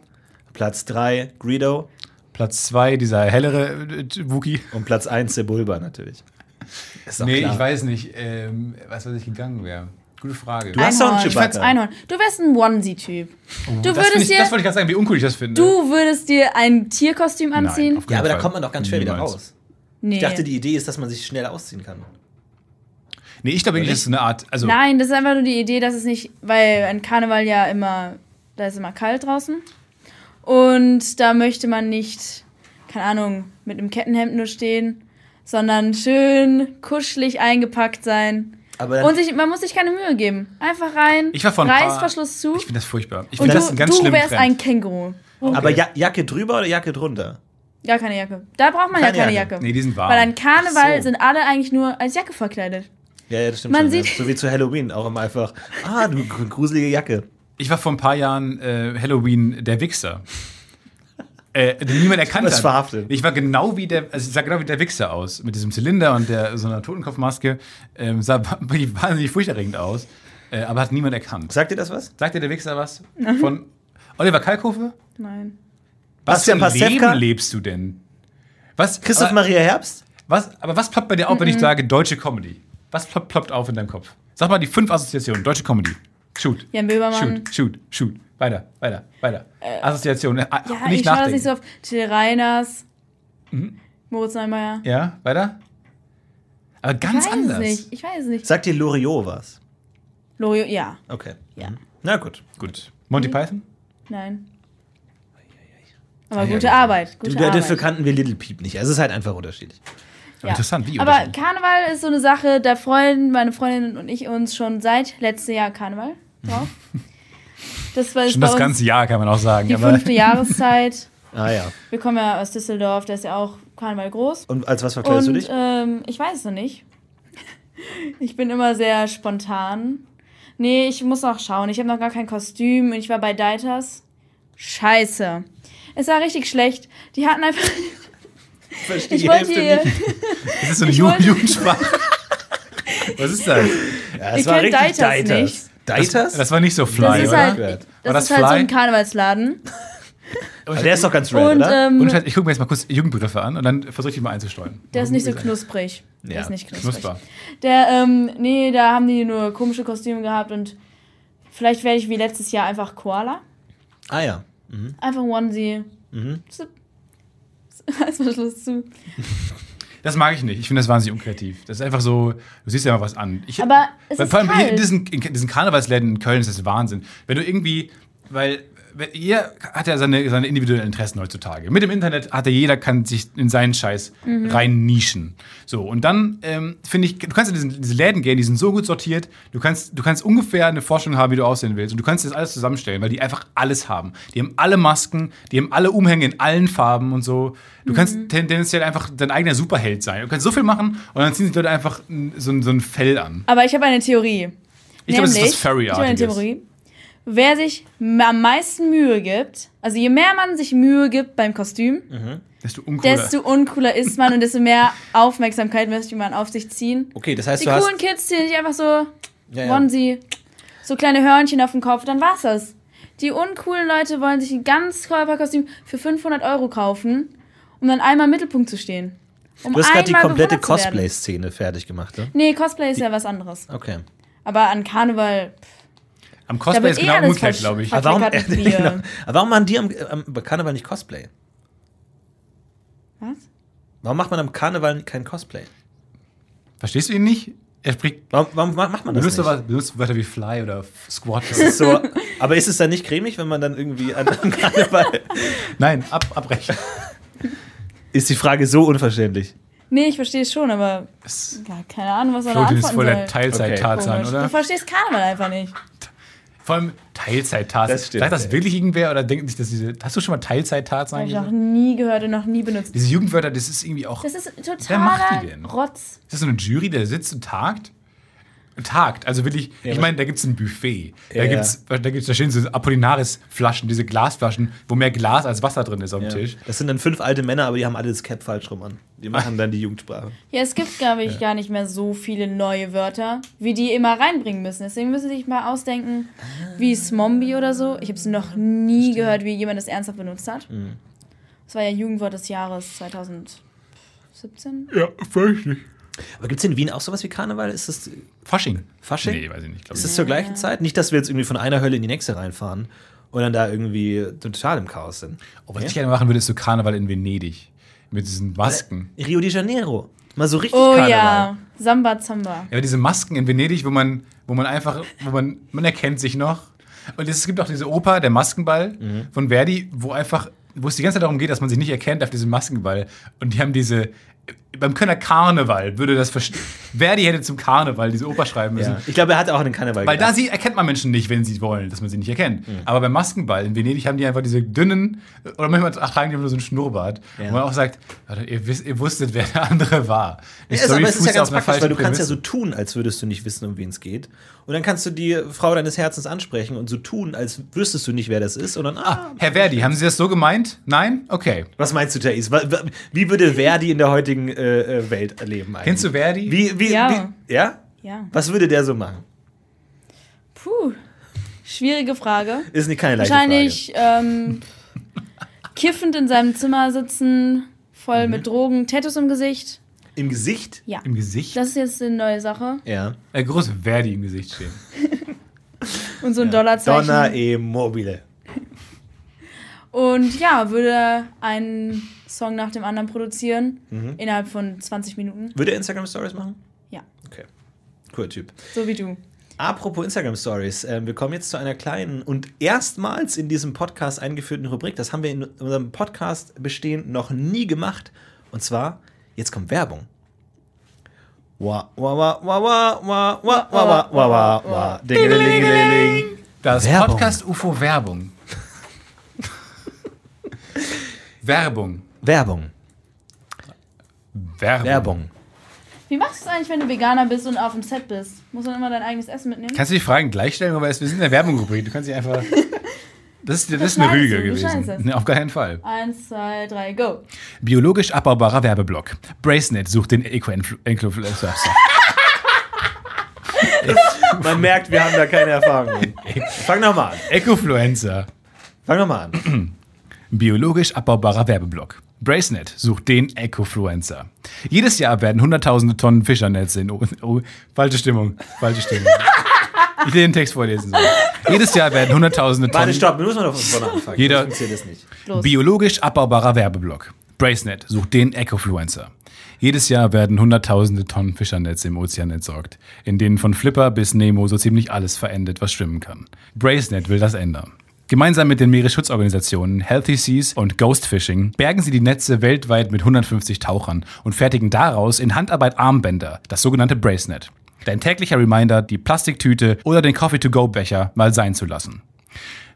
Speaker 2: Platz 3 Greedo
Speaker 3: Platz 2 dieser hellere äh, äh, Wookie.
Speaker 2: und Platz 1 Sebulba natürlich. Ist doch
Speaker 3: Nee,
Speaker 2: klar.
Speaker 3: ich weiß nicht, ähm, was, was ich gegangen wäre. Gute Frage.
Speaker 2: Du hast doch einen
Speaker 4: Einhorn.
Speaker 2: Chewbacca.
Speaker 4: Einhorn. Du wärst ein Onesie-Typ. du
Speaker 3: Oh, das, find
Speaker 4: würdest
Speaker 3: ich, das
Speaker 4: dir,
Speaker 3: wollte ich gerade sagen, wie uncool ich das finde.
Speaker 4: du würdest dir ein Tierkostüm anziehen?
Speaker 3: auf keinen
Speaker 2: ja, aber da
Speaker 3: Fall.
Speaker 2: kommt man doch ganz schwer wieder
Speaker 3: Niemals.
Speaker 2: raus.
Speaker 4: nee.
Speaker 2: Ich dachte, die Idee ist, dass man sich schnell ausziehen kann.
Speaker 3: Nee, ich glaube,
Speaker 2: Oder
Speaker 3: nicht, das ist so eine Art. Also,
Speaker 4: Nein, das ist einfach nur die Idee, dass es nicht, weil ein Karneval ja immer, da ist immer kalt draußen. Und da möchte man nicht, keine Ahnung, mit einem Kettenhemd nur stehen, sondern schön kuschelig eingepackt sein.
Speaker 2: Aber dann,
Speaker 4: Und sich, man muss sich keine Mühe geben. Einfach rein,
Speaker 3: Ich war vor ein paar-
Speaker 4: Reißverschluss zu.
Speaker 3: Ich finde das furchtbar. Ich
Speaker 4: Und
Speaker 3: finde
Speaker 4: du,
Speaker 3: das einen ganz
Speaker 4: du
Speaker 3: schlimmen
Speaker 4: wärst
Speaker 3: Trend.
Speaker 4: ein Känguru.
Speaker 2: aber ja, Jacke drüber oder Jacke drunter?
Speaker 4: Ja, keine Jacke. Da braucht man
Speaker 2: Keine
Speaker 4: ja keine
Speaker 2: Jacke.
Speaker 4: Jacke.
Speaker 3: nee, die sind warm.
Speaker 4: Weil an Karneval
Speaker 2: Ach so.
Speaker 4: sind alle eigentlich nur als Jacke verkleidet.
Speaker 2: Ja, ja, das stimmt.
Speaker 4: Man
Speaker 2: schon, ja.
Speaker 4: sieht-
Speaker 2: So wie zu Halloween auch immer einfach. Ah, du gr- gruselige Jacke.
Speaker 3: ich war vor ein paar Jahren äh, Halloween der Wichser. Äh, den niemand erkannt
Speaker 2: Das
Speaker 3: hat.
Speaker 2: verhaftet.
Speaker 3: Ich war genau wie der, also ich sah genau wie der Wichser aus. Mit diesem Zylinder und der, so einer Totenkopfmaske. Ähm, sah wa- wirklich wahnsinnig furchterregend aus. Äh, aber hat niemand erkannt.
Speaker 2: Sagt dir das was?
Speaker 3: Sagt dir der Wichser was? Von Oliver Kalkofe?
Speaker 4: Nein.
Speaker 2: Bastian
Speaker 3: für ein
Speaker 2: Pastewka?
Speaker 3: Leben lebst du denn? Was, Ah,
Speaker 2: Christoph
Speaker 3: aber,
Speaker 2: Maria Herbst?
Speaker 3: was, aber was ploppt bei dir auf, wenn ich sage deutsche Comedy? Was plopp- ploppt auf in deinem Kopf? Sag mal die fünf Assoziationen. Deutsche Comedy. Shoot.
Speaker 4: Jan Böhmermann. Äh,
Speaker 3: Shoot, shoot, shoot. Weiter, weiter, weiter. Assoziation. Ja,
Speaker 4: Ja,
Speaker 3: nicht
Speaker 4: ich schaue das
Speaker 3: nachdenken. Mhm.
Speaker 4: nicht so oft. Till Reiners, Moritz Neumeier.
Speaker 3: Ja, weiter. Aber
Speaker 4: Ich
Speaker 3: ganz
Speaker 4: weiß
Speaker 3: anders.
Speaker 4: es nicht. Ich weiß es nicht.
Speaker 2: Sagt dir Loriot was?
Speaker 4: Lorio, ja.
Speaker 2: Okay.
Speaker 4: Ja.
Speaker 2: Mhm. Na gut.
Speaker 3: Gut.
Speaker 4: Hm?
Speaker 3: Monty Python?
Speaker 4: Nein. Aber
Speaker 3: Ei, ei,
Speaker 4: gute
Speaker 3: ei.
Speaker 4: Arbeit. Gute
Speaker 2: Du, dafür
Speaker 4: Arbeit.
Speaker 2: kannten wir Little Peep nicht. Also es ist halt einfach unterschiedlich.
Speaker 4: Ja.
Speaker 3: Interessant, wie
Speaker 4: Aber
Speaker 3: unterschiedlich.
Speaker 4: Karneval ist so eine Sache, da freuen meine Freundinnen und ich uns schon seit letztem Jahr Karneval drauf. Das war jetzt
Speaker 3: Schon
Speaker 4: bei
Speaker 3: das
Speaker 4: uns
Speaker 3: ganze Jahr kann man auch sagen.
Speaker 4: die
Speaker 3: Aber
Speaker 4: fünfte Jahreszeit.
Speaker 2: Ah ja.
Speaker 4: Wir kommen ja aus Düsseldorf, da ist ja auch Karneval groß.
Speaker 2: Und als was verkleidest
Speaker 4: Und
Speaker 2: du dich?
Speaker 4: Ähm, ich weiß es noch nicht. Ich bin immer sehr spontan. Nee, ich muss noch schauen. Ich habe noch gar kein Kostüm und ich war bei Deiters. Scheiße. Es war richtig schlecht. Die hatten einfach.
Speaker 2: verstehe
Speaker 4: Ich wollte hier.
Speaker 3: das ist so eine
Speaker 4: Ich
Speaker 3: Ju-
Speaker 4: wollte-
Speaker 3: Jugendsprache. Was ist das?
Speaker 2: Ja, das
Speaker 4: Ihr
Speaker 2: war
Speaker 4: kennt
Speaker 2: richtig
Speaker 4: Deiters
Speaker 2: Deiters. Deiters?
Speaker 3: Das war nicht so
Speaker 4: Das
Speaker 3: fly,
Speaker 4: ist
Speaker 3: oder?
Speaker 4: halt,
Speaker 2: War
Speaker 4: das
Speaker 3: das
Speaker 4: ist halt so
Speaker 3: Fly?
Speaker 4: ein Karnevalsladen.
Speaker 2: Aber Ah, der ist doch ganz red,
Speaker 4: Und
Speaker 2: oder?
Speaker 4: ähm,
Speaker 3: Und halt, ich gucke mir jetzt mal kurz Jugendbegriffe an und dann versuche ich die mal einzusteuern.
Speaker 4: der ist nicht so knusprig. Der
Speaker 2: Ja,
Speaker 4: ist nicht knusprig.
Speaker 3: Knusper.
Speaker 4: Der, ähm, nee, da haben die nur komische Kostüme gehabt und vielleicht werde ich wie letztes Jahr einfach Koala.
Speaker 2: ah ja.
Speaker 4: Einfach ein Onesie.
Speaker 3: Mhm.
Speaker 4: Zip. Als Schluss zu.
Speaker 3: Das mag ich nicht. Ich finde das wahnsinnig unkreativ. Das ist einfach so, du siehst ja mal was an. Ich,
Speaker 4: Aber es ist
Speaker 3: vor allem hier in
Speaker 4: kalt.
Speaker 3: diesen, in diesen Karnevalsläden in Köln ist das Wahnsinn. Wenn du irgendwie, weil wenn, jeder hat ja seine, seine individuellen Interessen heutzutage. Mit dem Internet hat ja jeder, kann sich in seinen Scheiß rein nischen. So, und dann ähm, finde ich, du kannst in diesen, diese Läden gehen, die sind so gut sortiert, du kannst, du kannst ungefähr eine Vorstellung haben, wie du aussehen willst. Und du kannst das alles zusammenstellen, weil die einfach alles haben. Die haben alle Masken, die haben alle Umhänge in allen Farben und so. Du kannst tendenziell einfach dein eigener Superheld sein. Du kannst so viel machen und dann ziehen sich Leute einfach so, ein- so ein Fell an.
Speaker 4: Aber ich habe eine Theorie.
Speaker 3: Ich glaube, das ist was
Speaker 4: ich habe eine
Speaker 3: Furry-artiges.
Speaker 4: Theorie. Wer sich m- am meisten Mühe gibt, also je mehr man sich Mühe gibt beim
Speaker 3: Mhm.
Speaker 4: Kostüm,
Speaker 3: Desto uncooler.
Speaker 4: desto uncooler ist man und desto mehr Aufmerksamkeit möchte man auf sich ziehen.
Speaker 2: Okay, das heißt,
Speaker 4: Die
Speaker 2: du hast.
Speaker 4: coolen Kids, die nicht einfach so
Speaker 2: Ja, ja.
Speaker 4: Onesie, so kleine Hörnchen auf dem Kopf, dann war's das. Die uncoolen Leute wollen sich ein ganz Körperkostüm für 500 Euro kaufen, um dann einmal im Mittelpunkt zu stehen. Um
Speaker 2: Du hast gerade die
Speaker 4: einmal
Speaker 2: komplette
Speaker 4: bewundert zu werden.
Speaker 2: Cosplay-Szene fertig gemacht, ne?
Speaker 4: Nee, Cosplay ist ja was anderes.
Speaker 2: Okay.
Speaker 4: Aber an Karneval
Speaker 3: Am
Speaker 4: Da
Speaker 3: Cosplay
Speaker 4: wird
Speaker 3: ist
Speaker 4: eh
Speaker 3: genau
Speaker 4: alles
Speaker 3: umgekehrt,
Speaker 4: versch-
Speaker 3: glaube ich.
Speaker 4: ver-
Speaker 2: Aber warum,
Speaker 4: Verkleckert mit Bier.
Speaker 2: genau. Aber warum machen die am, am Karneval nicht Cosplay?
Speaker 4: Was?
Speaker 2: Warum macht man am Karneval kein Cosplay?
Speaker 3: Verstehst du ihn nicht? Er spricht.
Speaker 2: Warum, warum ma- macht man das
Speaker 3: Benutzt,
Speaker 2: nicht?
Speaker 3: aber, benutzt Wörter wie Fly oder Squat.
Speaker 2: Das ist so, aber ist es dann nicht cremig, wenn man dann irgendwie an am Karneval.
Speaker 3: Nein, ab, abbrechen.
Speaker 2: Ist die Frage so unverständlich?
Speaker 4: Nee, ich verstehe es schon, aber
Speaker 3: Das-
Speaker 4: ja, keine Ahnung, was man da
Speaker 3: Flotin ist
Speaker 4: antworten
Speaker 3: voll der
Speaker 4: soll.
Speaker 3: Teilzeit-Tarzan,
Speaker 4: Komisch. Du
Speaker 3: oder?
Speaker 4: verstehst Karneval einfach nicht.
Speaker 3: Vor allem Teilzeit-Tarzan.
Speaker 2: Das stimmt,
Speaker 3: Sagt das
Speaker 2: ey.
Speaker 3: wirklich irgendwer oder denkt sich, dass diese. Hast du schon mal
Speaker 4: Habe
Speaker 3: Teilzeit-Tarzan
Speaker 4: ich noch
Speaker 3: gesehen?
Speaker 4: nie gehört und noch nie benutzt.
Speaker 3: Diese Jugendwörter, das ist irgendwie auch.
Speaker 4: Das ist
Speaker 3: macht die
Speaker 4: totaler
Speaker 3: denn?
Speaker 4: Rotz.
Speaker 3: Ist das so eine Jury, der sitzt und tagt? Tagt. Also wirklich, ich
Speaker 2: aber-
Speaker 3: meine, da gibt es ein Buffet. Da
Speaker 2: Ja, ja.
Speaker 3: gibt's, da gibt's, da stehen so Apollinaris-Flaschen, diese Glasflaschen, wo mehr Glas als Wasser drin ist auf dem
Speaker 2: Ja.
Speaker 3: Tisch.
Speaker 2: Das sind dann fünf alte Männer, aber die haben alle das Cap falsch rum an. Die machen dann die Jugendsprache.
Speaker 4: Ja, es gibt, glaube ich, gar nicht mehr so viele neue Wörter, wie die immer reinbringen müssen. Deswegen müssen sie sich mal ausdenken, wie Smombi oder so. Ich habe es noch nie gehört, wie jemand das ernsthaft benutzt hat. Das war ja Jugendwort des Jahres 2017.
Speaker 3: Ja, völlig nicht.
Speaker 2: Aber gibt es in Wien auch sowas wie Karneval? Ist das, ist
Speaker 3: Fasching.
Speaker 2: Fasching?
Speaker 3: Nee, weiß ich nicht. Glaub ich.
Speaker 2: das zur gleichen Zeit? Nicht, dass wir jetzt irgendwie von einer Hölle in die nächste reinfahren und dann da irgendwie total im Chaos sind.
Speaker 3: Oh, was ich gerne machen würde, ist so Karneval in Venedig. Mit diesen Masken.
Speaker 2: Rio de Janeiro. Mal so richtig
Speaker 4: Oh
Speaker 2: Karneval.
Speaker 4: ja, Samba Zamba.
Speaker 3: Ja, aber diese Masken in Venedig, wo man, wo man einfach, wo man, man erkennt sich noch. Und es gibt auch diese Oper, der Maskenball von Verdi, wo einfach, wo es die ganze Zeit darum geht, dass man sich nicht erkennt auf diesem Maskenball. Und die haben diese, beim Kölner Karneval würde das verstehen. Verdi hätte zum Karneval diese Oper schreiben müssen.
Speaker 2: Ja. Ich glaube, er hat auch einen Karneval
Speaker 3: Weil da
Speaker 2: gedacht.
Speaker 3: sie, erkennt man Menschen nicht, wenn sie wollen, dass man sie nicht erkennt.
Speaker 2: Mhm.
Speaker 3: Aber beim Maskenball in Venedig haben die einfach diese dünnen, oder manchmal tragen die immer nur so einen Schnurrbart.
Speaker 2: Ja.
Speaker 3: Wo man auch sagt, Leute, ihr, wisst, ihr wusstet, wer der andere war. Die
Speaker 2: Ja, ist, aber es ist ja
Speaker 3: fußt
Speaker 2: ganz
Speaker 3: auf einer
Speaker 2: praktisch, weil du
Speaker 3: falschen
Speaker 2: kannst ja so
Speaker 3: Prämisse.
Speaker 2: tun, als würdest du nicht wissen, um wen es geht. Und dann kannst du die Frau deines Herzens ansprechen und so tun, als wüsstest du nicht, wer das ist. Und dann, ah,
Speaker 3: Herr Verdi, haben Sie das so gemeint? Nein? Okay.
Speaker 2: was meinst du, Thais? Wa- wa- Wie würde Verdi in der heutigen äh, äh, Welt leben eigentlich?
Speaker 3: Kennst du Verdi?
Speaker 2: Wie, wie,
Speaker 4: Ja.
Speaker 2: wie, ja?
Speaker 4: Ja.
Speaker 2: Was würde der so machen?
Speaker 4: Puh. Schwierige Frage.
Speaker 2: Ist nicht keine leichte
Speaker 4: Wahrscheinlich ähm, kiffend in seinem Zimmer sitzen, voll mit Drogen, Tattoos im Gesicht.
Speaker 2: Frage. Im Gesicht?
Speaker 4: Ja.
Speaker 3: Im Gesicht?
Speaker 4: Das ist jetzt eine neue Sache.
Speaker 2: Ja.
Speaker 3: Äh, große Verdi im Gesicht stehen.
Speaker 4: Und so ein Dollarzeichen.
Speaker 2: Donna e mobile.
Speaker 4: Und ja, würde einen Song nach dem anderen produzieren. Innerhalb von 20 Minuten.
Speaker 2: Würde er Instagram Stories machen?
Speaker 4: Ja.
Speaker 2: Okay. Cooler Typ.
Speaker 4: So wie du.
Speaker 2: Apropos Instagram Stories, äh, wir kommen jetzt zu einer kleinen und erstmals in diesem Podcast eingeführten Rubrik. Das haben wir in unserem Podcast bestehen noch nie gemacht. Und zwar, jetzt kommt Werbung. Wa, wa, wa, wa, wa, wa, wa, wa, wa, wa, wa, wa. Dingelingelingeling.
Speaker 3: Das
Speaker 2: Werbung.
Speaker 3: Podcast UFO Werbung. Werbung.
Speaker 2: Werbung.
Speaker 3: Werbung.
Speaker 2: Werbung.
Speaker 4: Wie machst du es eigentlich, wenn du Veganer bist und auf dem Set bist? Musst du dann immer dein eigenes Essen mitnehmen?
Speaker 3: Kannst du die Fragen gleich stellen, aber wir sind in der Werbung-Rubrik. Du kannst dich einfach. Das ist, das ist eine
Speaker 4: schneidest
Speaker 3: Rüge
Speaker 4: du, du
Speaker 3: gewesen.
Speaker 4: schneidest es.
Speaker 3: Nee, auf gar keinen Fall.
Speaker 4: Eins, zwei, drei, go.
Speaker 3: Biologisch abbaubarer Werbeblock. Bracenet sucht den Eco-Influencer.
Speaker 2: Man merkt, wir haben da keine Erfahrung. mit. Fang nochmal an.
Speaker 3: Ecofluencer.
Speaker 2: Fang nochmal an.
Speaker 3: Biologisch abbaubarer Werbeblock. Bracenet sucht den Ecofluencer. Jedes Jahr werden hunderttausende Tonnen Fischernetze in. O o falsche Stimmung. Falsche Stimmung. Ich will den Text vorlesen. sollen. Jedes Jahr werden hunderttausende Tonnen.
Speaker 2: Warte, stopp, wir müssen noch von vorne anfangen.
Speaker 3: Jeder-
Speaker 2: Das funktioniert das nicht.
Speaker 4: Los.
Speaker 3: Biologisch abbaubarer Werbeblock. Bracenet sucht den Ecofluencer. Jedes Jahr werden hunderttausende Tonnen Fischernetze im Ozean entsorgt, in denen von Flipper bis Nemo so ziemlich alles verendet, was schwimmen kann. Bracenet will das ändern. Gemeinsam mit den Meeresschutzorganisationen Healthy Seas und Ghost Fishing bergen sie die Netze weltweit mit 150 Tauchern und fertigen daraus in Handarbeit Armbänder, das sogenannte Bracenet. Dein täglicher Reminder, die Plastiktüte oder den Coffee-to-go-Becher mal sein zu lassen.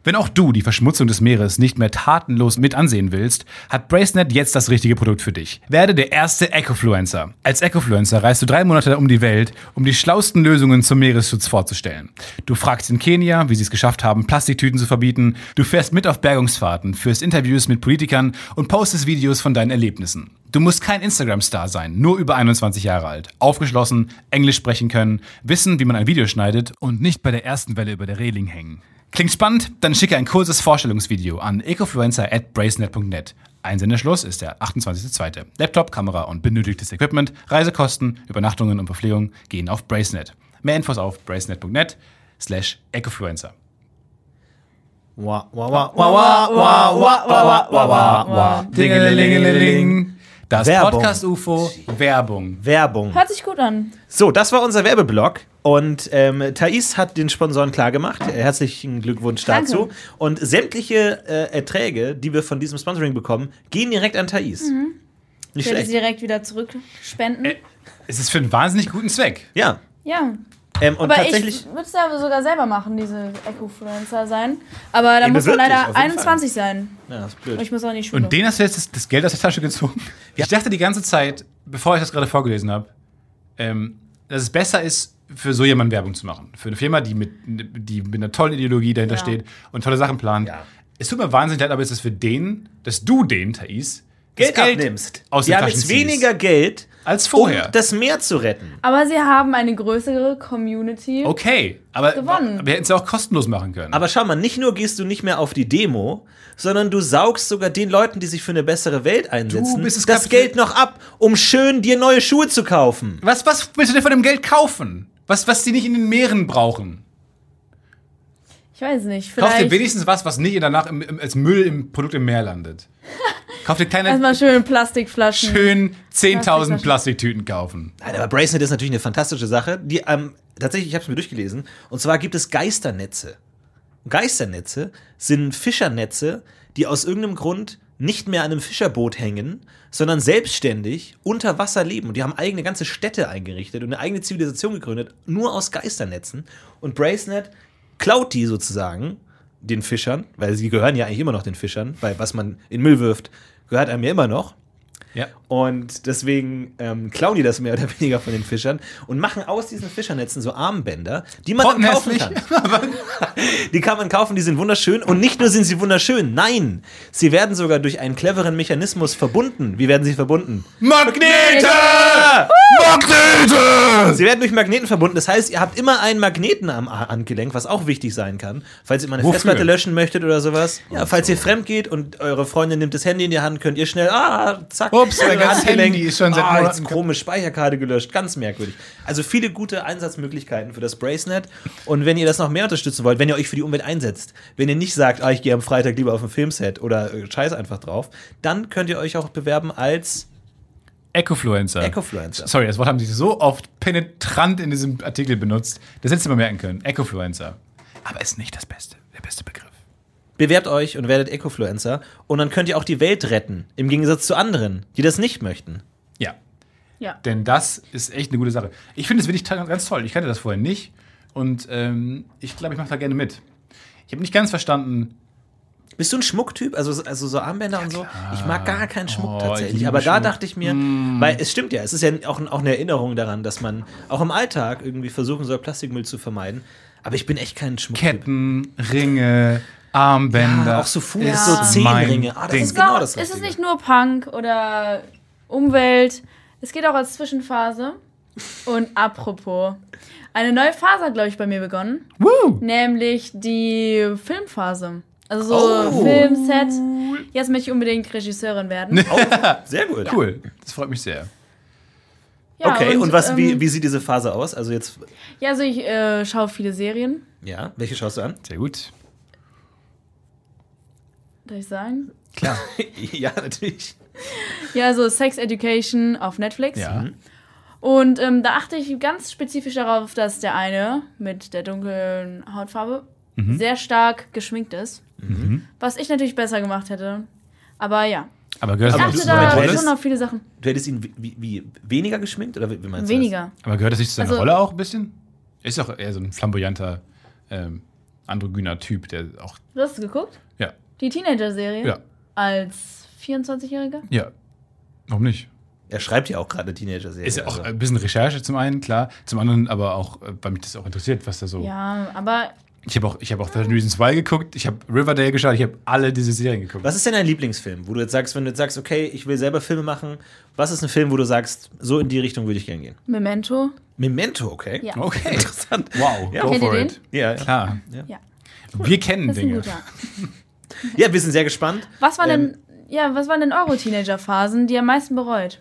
Speaker 3: Wenn auch du die Verschmutzung des Meeres nicht mehr tatenlos mit ansehen willst, hat Bracenet jetzt das richtige Produkt für dich. Werde der erste Ecofluencer. Als Ecofluencer reist du drei Monate um die Welt, um die schlausten Lösungen zum Meeresschutz vorzustellen. Du fragst in Kenia, wie sie es geschafft haben, Plastiktüten zu verbieten. Du fährst mit auf Bergungsfahrten, führst Interviews mit Politikern und postest Videos von deinen Erlebnissen. Du musst kein Instagram-Star sein, nur über 21 Jahre alt, aufgeschlossen, Englisch sprechen können, wissen, wie man ein Video schneidet und nicht bei der ersten Welle über der Reling hängen. Klingt spannend? Dann schicke ein kurzes Vorstellungsvideo an ecofluencer.bracenet.net. Einsendeschluss ist der 28.02. Laptop, Kamera und benötigtes Equipment, Reisekosten, Übernachtungen und Verpflegung gehen auf Bracenet. Mehr Infos auf bracenet.net slash ecofluencer.
Speaker 2: Wa, wa, wa, wa, wa, wa, wa, wa, wa, wa, wa.
Speaker 3: Dingelingelingeling. Das
Speaker 2: Werbung.
Speaker 3: Podcast-UFO Werbung.
Speaker 2: Werbung.
Speaker 4: Hört sich gut an.
Speaker 2: So, das war unser Werbeblock. Und ähm, Thais hat den Sponsoren klargemacht. Äh, Herzlichen Glückwunsch dazu.
Speaker 4: Danke.
Speaker 2: Und sämtliche äh, Erträge, die wir von diesem Sponsoring bekommen, gehen direkt an Thais.
Speaker 4: Mhm.
Speaker 2: Nicht
Speaker 4: Ich werde sie
Speaker 2: schlecht.
Speaker 4: direkt wieder zurückspenden.
Speaker 3: Es ist für einen wahnsinnig guten Zweck.
Speaker 2: Ja.
Speaker 4: ja.
Speaker 2: Ähm, und
Speaker 4: Aber
Speaker 2: tatsächlich.
Speaker 4: ich würde es ja sogar selber machen, diese Ecofluencer sein. Aber
Speaker 2: Ja,
Speaker 4: da muss man
Speaker 2: wirklich, auf
Speaker 4: leider
Speaker 2: jeden Fall.
Speaker 4: 21 sein.
Speaker 2: ja, ist
Speaker 4: Und
Speaker 2: blöd.
Speaker 4: ich muss auch in die
Speaker 2: Genau.
Speaker 4: Schule.
Speaker 3: Und den hast du jetzt das, das Geld aus der Tasche gezogen? Ich dachte die ganze Zeit, bevor ich das gerade vorgelesen habe, ähm, dass es besser ist, für so jemanden Werbung zu machen. Für eine Firma, die mit, die mit einer tollen Ideologie dahinter
Speaker 4: Ja.
Speaker 3: steht und tolle Sachen plant.
Speaker 2: Ja.
Speaker 3: Es tut mir wahnsinnig leid, aber es ist für den, dass du den, Thais, das
Speaker 2: Geld abnimmst.
Speaker 3: aus
Speaker 2: wir
Speaker 3: den
Speaker 2: haben
Speaker 3: Taschen
Speaker 2: jetzt
Speaker 3: ziehst.
Speaker 2: weniger Geld,
Speaker 3: als vorher.
Speaker 2: um das Meer zu retten.
Speaker 4: Aber sie haben eine größere Community.
Speaker 3: okay, aber
Speaker 4: Gewonnen.
Speaker 3: wir hätten es ja auch kostenlos machen können.
Speaker 2: Aber schau mal, nicht nur gehst du nicht mehr auf die Demo, sondern du saugst sogar den Leuten, die sich für eine bessere Welt einsetzen,
Speaker 3: bist das
Speaker 2: das
Speaker 3: Kapital-
Speaker 2: Geld noch ab, um schön dir neue Schuhe zu kaufen.
Speaker 3: was, was willst du denn von dem Geld kaufen? Was, was die nicht in den Meeren brauchen?
Speaker 4: Ich weiß nicht.
Speaker 3: Kauf dir
Speaker 4: Vielleicht
Speaker 3: wenigstens was, was nicht danach im, im, als Müll im Produkt im Meer landet. Kauf dir kleine,
Speaker 4: erstmal schön Plastikflaschen.
Speaker 3: schön 10.000
Speaker 4: Plastikflaschen.
Speaker 3: Plastiktüten kaufen.
Speaker 2: Nein, aber Bracenet ist natürlich eine fantastische Sache. Die, ähm, tatsächlich, ich habe es mir durchgelesen. Und zwar gibt es Geisternetze. Geisternetze sind Fischernetze, die aus irgendeinem Grund nicht mehr an einem Fischerboot hängen, sondern selbstständig unter Wasser leben. Und die haben eigene ganze Städte eingerichtet und eine eigene Zivilisation gegründet, nur aus Geisternetzen. Und Bracenet klaut die sozusagen den Fischern, weil sie gehören ja eigentlich immer noch den Fischern, weil was man in Müll wirft, gehört einem ja immer noch.
Speaker 3: Ja.
Speaker 2: Und deswegen ähm, klauen die das mehr oder weniger von den Fischern und machen aus diesen Fischernetzen so Armbänder, die man dann kaufen kann.
Speaker 3: Pottenhässlich.
Speaker 2: Die kann man kaufen, die sind wunderschön. Und nicht nur sind sie wunderschön, nein, sie werden sogar durch einen cleveren Mechanismus verbunden. Wie werden sie verbunden? Ah!
Speaker 3: Magnete! Magnete!
Speaker 2: Sie werden durch Magneten verbunden. Das heißt, ihr habt immer einen Magneten am A- Handgelenk, was auch wichtig sein kann. Falls ihr mal eine
Speaker 3: Wofür?
Speaker 2: Festplatte löschen möchtet oder sowas. Ja, falls ihr fremd geht und eure Freundin nimmt das Handy in die Hand, könnt ihr schnell, ah, zack,
Speaker 3: Ups, mein
Speaker 2: eure
Speaker 3: ganzes Handy ist schon seit
Speaker 2: ah, jetzt
Speaker 3: Monaten kap-
Speaker 2: komisch, Speicherkarte gelöscht. Ganz merkwürdig. Also viele gute Einsatzmöglichkeiten für das Bracenet. Und wenn ihr das noch mehr unterstützen wollt, wenn ihr euch für die Umwelt einsetzt, wenn ihr nicht sagt, ah, ich gehe am Freitag lieber auf ein Filmset oder äh, scheiß einfach drauf, dann könnt ihr euch auch bewerben als
Speaker 3: Ecofluencer.
Speaker 2: Ecofluencer.
Speaker 3: Sorry, das Wort haben sie so oft penetrant in diesem Artikel benutzt. Das hättest du mal merken können. Ecofluencer. Aber ist nicht das Beste. Der beste Begriff.
Speaker 2: Bewerbt euch und werdet Ecofluencer und dann könnt ihr auch die Welt retten, im Gegensatz zu anderen, die das nicht möchten.
Speaker 3: Ja.
Speaker 4: Ja.
Speaker 3: Denn das ist echt eine gute Sache. Ich finde es wirklich ta- ganz toll. Ich kannte das vorher nicht. Und ähm, ich glaube, ich mache da gerne mit. Ich habe nicht ganz verstanden.
Speaker 2: Bist du ein Schmucktyp? Also, also so Armbänder und so? Ich mag gar keinen Schmuck
Speaker 3: Oh, ich
Speaker 2: tatsächlich.
Speaker 3: liebe
Speaker 2: Aber da
Speaker 3: Schmuck. Mm.
Speaker 2: dachte ich mir, weil es stimmt ja, es ist ja auch, auch eine Erinnerung daran, dass man auch im Alltag irgendwie versuchen soll, Plastikmüll zu vermeiden. Aber ich bin echt kein Schmucktyp.
Speaker 3: Ketten, Ringe, Armbänder.
Speaker 2: auch so Fuß,
Speaker 3: ist
Speaker 2: so Zehenringe.
Speaker 3: mein
Speaker 2: Ah, das
Speaker 3: Ding.
Speaker 2: ist
Speaker 4: Genau,
Speaker 2: genau das
Speaker 4: ist es
Speaker 2: Richtige.
Speaker 4: nicht nur Punk oder Umwelt? Es geht auch als Zwischenphase. Und apropos, eine neue Phase hat, glaube ich, bei mir begonnen.
Speaker 3: Woo!
Speaker 4: Nämlich die Filmphase. Also so
Speaker 2: Oh.
Speaker 4: Filmset. Jetzt möchte ich unbedingt Regisseurin werden.
Speaker 2: Sehr gut.
Speaker 3: Cool. Das freut mich sehr.
Speaker 4: Ja,
Speaker 2: okay, und, was,
Speaker 4: ähm,
Speaker 2: wie, wie sieht diese Phase aus? Also jetzt,
Speaker 4: Ja, also ich äh, schaue viele Serien,
Speaker 2: ja, welche schaust du an?
Speaker 3: Sehr gut.
Speaker 4: darf ich sagen.
Speaker 2: Klar. ja, natürlich.
Speaker 4: Ja, also Sex Education auf Netflix.
Speaker 3: Ja.
Speaker 4: Und ähm, da achte ich ganz spezifisch darauf, dass der eine mit der dunklen Hautfarbe sehr stark geschminkt ist. Was ich natürlich besser gemacht hätte. Aber ja.
Speaker 3: Aber gehört
Speaker 4: Ich
Speaker 3: das,
Speaker 2: Aber
Speaker 3: nicht
Speaker 4: achte
Speaker 2: du- Moment,
Speaker 3: zu
Speaker 4: da
Speaker 3: seiner
Speaker 2: Moment,
Speaker 3: Rolle?
Speaker 4: schon auf viele Sachen.
Speaker 2: Du hättest ihn wie, wie, wie weniger geschminkt oder wie, wie meinst du
Speaker 4: Weniger.
Speaker 3: Aber gehört das nicht zu seiner
Speaker 4: Also-
Speaker 3: Rolle auch ein bisschen? Er ist doch eher so ein flamboyanter, ähm, androgyner Typ, der auch.
Speaker 4: Du hast es geguckt?
Speaker 3: Ja.
Speaker 4: Die Teenager-Serie?
Speaker 3: Ja.
Speaker 4: Als 24-Jähriger?
Speaker 3: Ja. Warum nicht?
Speaker 2: Das? Er schreibt ja auch gerade Teenager-Serie.
Speaker 3: Ist ja auch
Speaker 2: also.
Speaker 3: ein bisschen Recherche zum einen, klar. Zum anderen aber auch, äh, weil mich das auch interessiert, was da so.
Speaker 4: Ja, aber
Speaker 3: Ich habe auch, ich hab auch 13 Reasons Why geguckt, ich habe Riverdale geschaut, ich habe alle diese Serien geguckt.
Speaker 2: Was ist denn dein Lieblingsfilm, wo du jetzt sagst, wenn du jetzt sagst, okay, ich will selber Filme machen, was ist ein Film, wo du sagst, so in die Richtung würde ich gerne gehen?
Speaker 4: Memento.
Speaker 2: Memento, okay.
Speaker 4: Ja.
Speaker 3: Okay.
Speaker 2: Interessant.
Speaker 3: Wow,
Speaker 2: Ja.
Speaker 3: go
Speaker 4: Kennt ihr
Speaker 3: for
Speaker 4: den?
Speaker 3: it.
Speaker 2: Ja, ja.
Speaker 3: Klar.
Speaker 4: Ja.
Speaker 3: Wir kennen
Speaker 4: Das ist ein
Speaker 3: Dinge.
Speaker 4: guter.
Speaker 2: ja, wir sind sehr gespannt.
Speaker 4: Was waren
Speaker 2: Ähm,
Speaker 4: denn, ja, was waren denn eure Teenager-Phasen, die ihr am meisten bereut?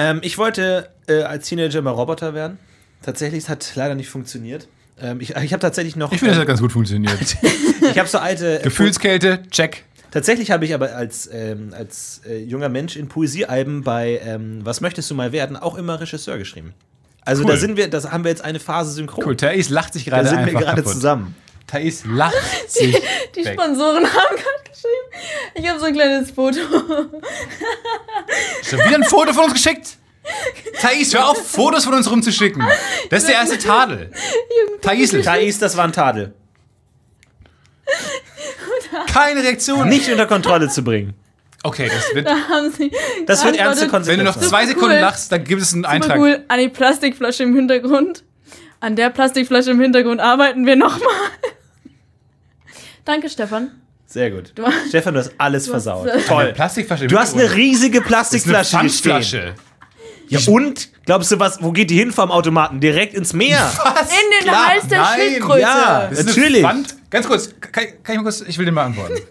Speaker 2: Ähm, ich wollte äh, als Teenager mal Roboter werden. Tatsächlich, es hat leider nicht funktioniert. Ähm, ich ich habe tatsächlich noch.
Speaker 3: Ich finde, das hat
Speaker 2: ähm,
Speaker 3: ganz gut funktioniert.
Speaker 2: ich habe so alte. äh,
Speaker 3: Gefühlskälte, check.
Speaker 2: Tatsächlich habe ich aber als, ähm, als äh, junger Mensch in Poesiealben bei ähm, Was möchtest du mal werden auch immer Regisseur geschrieben. Also
Speaker 3: Cool.
Speaker 2: da sind wir, das haben wir jetzt eine Phase synchron.
Speaker 3: Cool, Thais lacht sich
Speaker 2: Da
Speaker 3: gerade
Speaker 2: sind wir
Speaker 3: einfach
Speaker 2: gerade
Speaker 3: kaputt.
Speaker 2: zusammen.
Speaker 3: Thais lacht sich
Speaker 4: Die
Speaker 3: weg.
Speaker 4: Sponsoren haben gerade geschrieben. Ich habe so ein kleines Foto.
Speaker 3: Schon wieder ein Foto von uns geschickt. Thais, hör auf, Fotos von uns rumzuschicken. Das ist der erste Tadel. halt Thaisel,
Speaker 2: Thais, das war ein Tadel.
Speaker 3: keine Reaktion.
Speaker 2: Nicht unter Kontrolle zu bringen.
Speaker 3: Okay, das wird,
Speaker 4: Da haben sie.
Speaker 2: Das wird
Speaker 4: geantwortet,
Speaker 2: ernste
Speaker 3: wenn du
Speaker 2: Konsequenzen.
Speaker 3: noch
Speaker 2: haben.
Speaker 3: zwei Sekunden
Speaker 4: cool.
Speaker 3: lachst, dann gibt es einen
Speaker 4: Super
Speaker 3: Eintrag.
Speaker 4: cool. An die Plastikflasche im Hintergrund. An der Plastikflasche im Hintergrund arbeiten wir nochmal. Danke, Stefan.
Speaker 2: Sehr gut.
Speaker 4: Du-
Speaker 2: Stefan, du hast alles
Speaker 4: hast-
Speaker 2: versaut.
Speaker 3: Eine
Speaker 2: Toll.
Speaker 3: Plastikflasche. im
Speaker 2: Du hast eine
Speaker 3: Hintergrund.
Speaker 2: riesige
Speaker 3: Das ist eine
Speaker 2: Plastikflasche hier stehen.
Speaker 3: Pfandflasche.
Speaker 2: Ja, und? Glaubst du, was, wo geht die hin vom Automaten? Direkt ins Meer?
Speaker 3: Was?
Speaker 4: In den
Speaker 3: Klar,
Speaker 4: Hals der
Speaker 3: nein,
Speaker 4: Schildkröte.
Speaker 2: ja.
Speaker 3: Das ist
Speaker 2: Natürlich.
Speaker 3: Natürlich. Pfand. Ganz kurz, kann, kann ich mal kurz, ich will den mal antworten.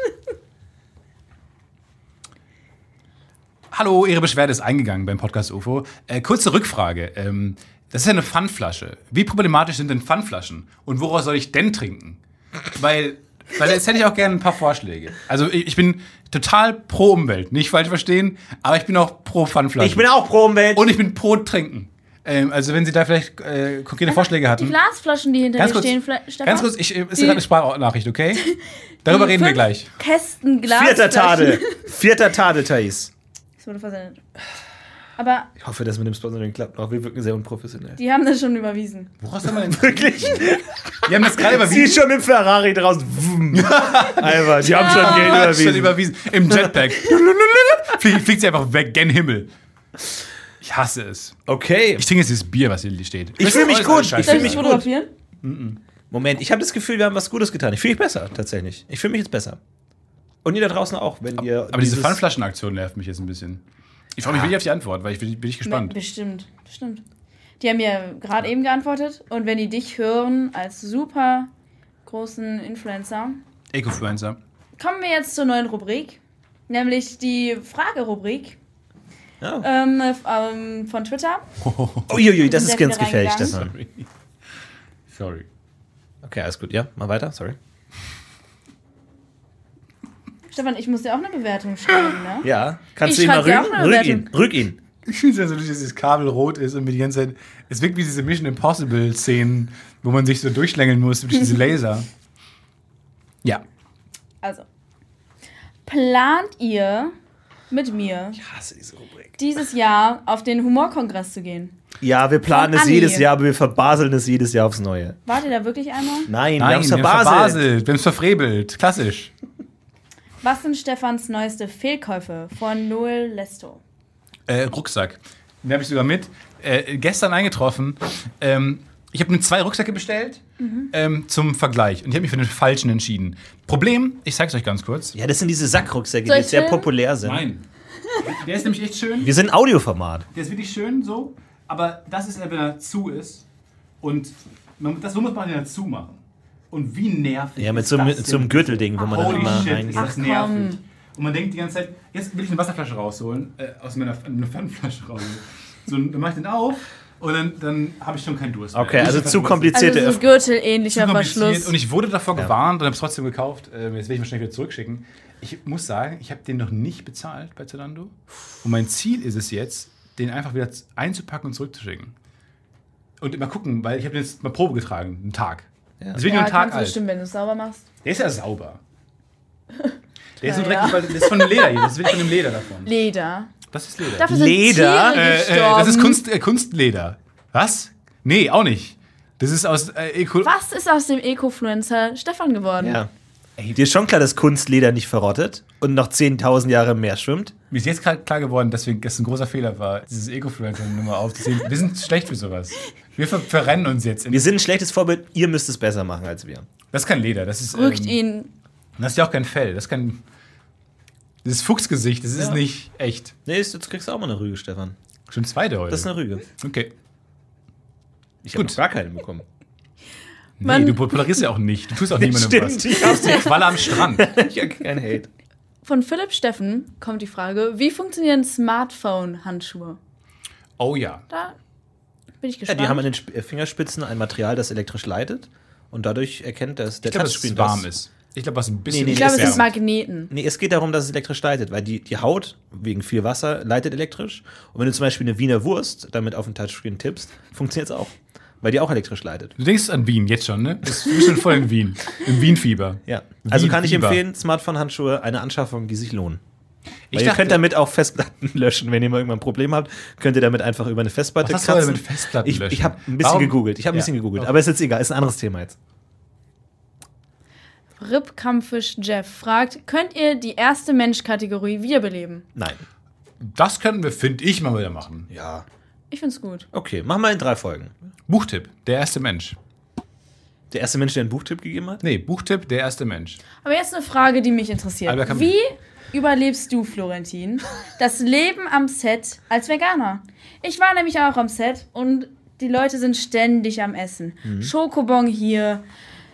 Speaker 3: Hallo, Ihre Beschwerde ist eingegangen beim Podcast UFO. Äh, kurze Rückfrage. Ähm, das ist ja eine Pfandflasche. Wie problematisch sind denn Pfandflaschen? Und woraus soll ich denn trinken? Weil, weil jetzt hätte ich auch gerne ein paar Vorschläge. Also ich, ich bin total pro Umwelt, nicht falsch verstehen, aber ich bin auch pro Pfandflaschen.
Speaker 2: Ich bin auch pro Umwelt.
Speaker 3: Und ich bin pro Trinken. Ähm, also wenn Sie da vielleicht äh, konkrete Vorschläge hatten.
Speaker 4: Die Glasflaschen, die hinter
Speaker 3: Ganz
Speaker 4: dir
Speaker 3: kurz,
Speaker 4: stehen, Fla- Stefan.
Speaker 3: ganz kurz, ich, äh, ist
Speaker 4: Die-
Speaker 3: gerade eine Sprachnachricht, okay? Darüber
Speaker 4: Die
Speaker 3: reden wir
Speaker 4: fünf
Speaker 3: gleich.
Speaker 4: Kästen Glas.
Speaker 2: Vierter Tadel. Vierter Tadel, Thais.
Speaker 4: Das wurde versendet. Aber
Speaker 2: Ich hoffe, dass mit dem Sponsoring klappt. Auch wir wirken sehr unprofessionell.
Speaker 4: die haben das schon überwiesen.
Speaker 3: Woraus haben wir denn?
Speaker 2: Wirklich?
Speaker 3: Wir haben das gerade
Speaker 2: Sie
Speaker 3: überwiesen.
Speaker 2: ist schon im Ferrari draußen. Wum. Einfach, die haben schon Geld
Speaker 3: Ah, schon
Speaker 2: überwiesen.
Speaker 3: überwiesen. Im Jetpack. Fliegt, fliegt sie einfach weg, gen Himmel. Ich hasse es.
Speaker 2: Okay.
Speaker 3: Ich trinke jetzt dieses Bier, was hier steht.
Speaker 2: Ich fühl mich
Speaker 3: Alles
Speaker 2: gut.
Speaker 3: scheiße.
Speaker 2: Ich
Speaker 4: Soll
Speaker 2: fühl
Speaker 4: ich mich
Speaker 2: gut.
Speaker 4: fotografieren?
Speaker 2: Moment, ich habe das Gefühl, wir haben was Gutes getan. Ich fühle mich besser, tatsächlich. Ich fühle mich jetzt besser. Und ihr da draußen auch, wenn ihr.
Speaker 3: Aber diese
Speaker 2: dieses-
Speaker 3: Pfandflaschenaktion nervt mich jetzt ein bisschen. Ich freue mich wirklich auf die Antwort, weil ich bin, bin ich gespannt.
Speaker 4: Bestimmt, bestimmt. Die haben ja gerade eben geantwortet. Und wenn die dich hören als super großen Influencer,
Speaker 3: Ecofluencer.
Speaker 4: kommen wir jetzt zur neuen Rubrik, nämlich die Fragerubrik
Speaker 2: Ja. Oh,
Speaker 4: ähm, f- ähm, von Twitter.
Speaker 2: Uiuiui, das
Speaker 4: Sind
Speaker 2: ist
Speaker 4: sehr
Speaker 2: ganz
Speaker 4: viele
Speaker 2: gefährlich,
Speaker 4: reingegangen.
Speaker 2: Stefan.
Speaker 3: Sorry.
Speaker 2: Okay, alles gut. Ja, mal weiter, sorry.
Speaker 4: Stefan, ich muss dir auch eine Bewertung schreiben, ne?
Speaker 2: Ja, kannst
Speaker 4: Ich
Speaker 2: du ihn mal
Speaker 4: schreib dir auch
Speaker 2: rügen?
Speaker 4: eine
Speaker 2: Rüg
Speaker 4: Bewertung.
Speaker 2: ihn, rüg ihn.
Speaker 3: Ich finde es ja so lustig, dass dieses Kabel rot ist und mir die ganze Zeit. Es wirkt wie diese Mission Impossible-Szenen, wo man sich so durchschlängeln muss durch diese Laser. Ja.
Speaker 4: Also, plant ihr mit mir
Speaker 2: Ich hasse diese Rubrik.
Speaker 4: dieses Jahr auf den Humorkongress zu gehen.
Speaker 2: Ja, wir planen
Speaker 4: Von
Speaker 2: es
Speaker 4: Anni.
Speaker 2: jedes Jahr, aber wir verbaseln es jedes Jahr aufs Neue.
Speaker 4: Wart ihr da wirklich einmal?
Speaker 2: Nein, wir
Speaker 3: Nein,
Speaker 2: haben
Speaker 3: wir
Speaker 2: es
Speaker 3: haben
Speaker 2: verbaselt.
Speaker 3: verbaselt. Wir haben es verfrebelt. Klassisch.
Speaker 4: Was sind Stefans neueste Fehlkäufe von Noel Lesto?
Speaker 3: Äh, Rucksack. Den habe ich sogar mit. Äh, gestern eingetroffen. Ähm, ich habe mir zwei Rucksäcke bestellt ähm, zum Vergleich. Und ich habe mich für den falschen entschieden. Problem, ich zeige es euch ganz kurz.
Speaker 2: Ja, das sind diese Sackrucksäcke,
Speaker 4: Soll
Speaker 2: die
Speaker 4: ich
Speaker 2: sehr
Speaker 4: filmen?
Speaker 2: populär sind.
Speaker 3: Nein. Der ist nämlich echt schön.
Speaker 2: Wir sind ein Audioformat.
Speaker 3: Der ist wirklich schön so, aber das ist er, wenn er zu ist. Und man, das, so muss man den dazu machen. Und wie nervig.
Speaker 2: Ja, mit
Speaker 3: ist
Speaker 2: so, einem-
Speaker 3: das
Speaker 2: mit so einem
Speaker 3: denn?
Speaker 2: Gürtelding, wo man dann
Speaker 3: Holy
Speaker 2: immer
Speaker 3: shit, ist
Speaker 2: reingeht.
Speaker 3: das
Speaker 4: Ach,
Speaker 3: nervig. Und man denkt die ganze Zeit, jetzt will ich eine Wasserflasche rausholen, äh, aus meiner eine Pfandflasche rausholen. So, dann mache ich den auf und dann, dann habe ich schon keinen Durst. mehr.
Speaker 2: Okay, also
Speaker 3: Ich-
Speaker 2: zu kompliziert.
Speaker 4: Also so
Speaker 2: ZDF.
Speaker 3: Zu
Speaker 4: gürtelähnlicher
Speaker 3: kompliziert.
Speaker 4: Verschluss.
Speaker 3: Und ich wurde davor gewarnt und habe es trotzdem gekauft. Ähm, jetzt will ich wahrscheinlich wieder zurückschicken. Ich muss sagen, ich habe den noch nicht bezahlt bei Zalando. Und mein Ziel ist es jetzt, den einfach wieder z- einzupacken und zurückzuschicken. Und mal gucken, weil ich habe den jetzt mal Probe getragen, einen Tag.
Speaker 2: Ja.
Speaker 3: Das wird nur
Speaker 4: ja,
Speaker 3: ein Tag
Speaker 4: kannst du
Speaker 3: alt.
Speaker 4: bestimmt, wenn du es sauber machst.
Speaker 3: Der ist ja sauber. Der ist
Speaker 4: Ja,
Speaker 3: nur dreckig,
Speaker 4: ja.
Speaker 3: weil das ist von dem Leder hier. Das ist wirklich von dem Leder davon.
Speaker 4: Leder.
Speaker 3: Das ist Leder.
Speaker 4: Dafür sind
Speaker 2: Leder?
Speaker 4: Tiere
Speaker 3: Äh, äh,
Speaker 4: gestorben.
Speaker 3: das ist Kunst, äh, Kunstleder. Was? Nee, auch nicht. Das ist aus äh, Eco.
Speaker 4: Was ist aus dem Ecofluencer Stefan geworden?
Speaker 2: Ja. Dir ist schon klar, dass Kunstleder nicht verrottet und noch 10.000 Jahre im Meer schwimmt?
Speaker 3: Mir ist jetzt gerade klar geworden, dass wir- dass es ein großer Fehler war, dieses Ecofluencer-Nummer aufzuziehen. Wir sind schlecht für sowas. Wir ver verrennen uns jetzt. In
Speaker 2: Wir sind ein schlechtes Vorbild, ihr müsst es besser machen als wir.
Speaker 3: das ist kein Leder, das ist.
Speaker 4: Rückt
Speaker 3: ähm,
Speaker 4: ihn.
Speaker 3: Das ist ja auch kein Fell, das ist kein. Das ist Fuchsgesicht, das ist
Speaker 2: Ja.
Speaker 3: nicht echt.
Speaker 2: Nee, jetzt jetzt kriegst du auch mal eine Rüge, Stefan.
Speaker 3: Schon zweite heute.
Speaker 2: Das ist eine Rüge.
Speaker 3: okay.
Speaker 2: Ich habe
Speaker 3: Gut.
Speaker 2: noch gar keine bekommen.
Speaker 3: Nee,
Speaker 4: Man-
Speaker 3: du polarisierst ja auch nicht. Du tust auch niemandem was.
Speaker 2: ich hab's
Speaker 3: Ich Qualle am Strand.
Speaker 2: ich hab keinen Hate.
Speaker 4: Von Philipp Steffen kommt die Frage, wie funktionieren Smartphone-Handschuhe?
Speaker 3: Oh ja.
Speaker 4: Da bin ich
Speaker 2: Ja,
Speaker 4: gespannt.
Speaker 2: die haben an den Sp- äh, Fingerspitzen ein Material, das elektrisch leitet und dadurch erkennt das der
Speaker 3: Ich glaube, dass
Speaker 2: Touchscreen
Speaker 3: es warm
Speaker 2: das.
Speaker 3: ist. Ich glaube, was ein bisschen.
Speaker 2: Nee, nee,
Speaker 4: ich glaube, es
Speaker 2: Wärme.
Speaker 4: sind Magneten.
Speaker 2: Nee, es geht darum, dass es elektrisch leitet, weil die, die Haut wegen viel Wasser leitet elektrisch. Und wenn du zum Beispiel eine Wiener Wurst damit auf den Touchscreen tippst, funktioniert es auch, weil die auch elektrisch leitet.
Speaker 3: Du denkst an Wien jetzt schon, ne? Das- Du bist schon voll in Wien. Im Wien-Fieber.
Speaker 2: Ja. Also kann ich
Speaker 3: Wien-Fieber.
Speaker 2: empfehlen, Smartphone-Handschuhe, eine Anschaffung, die sich lohnt. Weil
Speaker 3: Ich
Speaker 2: ihr könnt
Speaker 3: dachte,
Speaker 2: damit auch Festplatten löschen, wenn ihr mal irgendwann ein Problem habt, könnt ihr damit einfach über eine Festplatte
Speaker 3: Was hast du
Speaker 2: kratzen.
Speaker 3: damit Festplatten
Speaker 2: ich
Speaker 3: löschen?
Speaker 2: ich habe ein bisschen
Speaker 3: Warum?
Speaker 2: gegoogelt. Ich habe ein
Speaker 3: Ja.
Speaker 2: bisschen gegoogelt,
Speaker 3: Okay.
Speaker 2: aber ist jetzt egal, ist ein anderes Thema jetzt.
Speaker 4: Rippkampfisch Jeff fragt, könnt ihr die erste Mensch-Kategorie wiederbeleben?
Speaker 2: Nein.
Speaker 3: das könnten wir, finde ich, mal wieder machen.
Speaker 2: Ja.
Speaker 4: Ich find's gut.
Speaker 2: Okay, machen wir in drei Folgen.
Speaker 3: Buchtipp, der erste Mensch.
Speaker 2: Der erste Mensch, der einen Buchtipp gegeben hat?
Speaker 3: Nee, Buchtipp, der erste Mensch.
Speaker 4: Aber jetzt eine Frage, die mich interessiert.
Speaker 3: Albert Camus.
Speaker 4: Wie überlebst du, Florentin, das Leben am Set als Veganer? Ich war nämlich auch am Set und die Leute sind ständig am Essen.
Speaker 3: Mhm.
Speaker 4: Schokobon hier,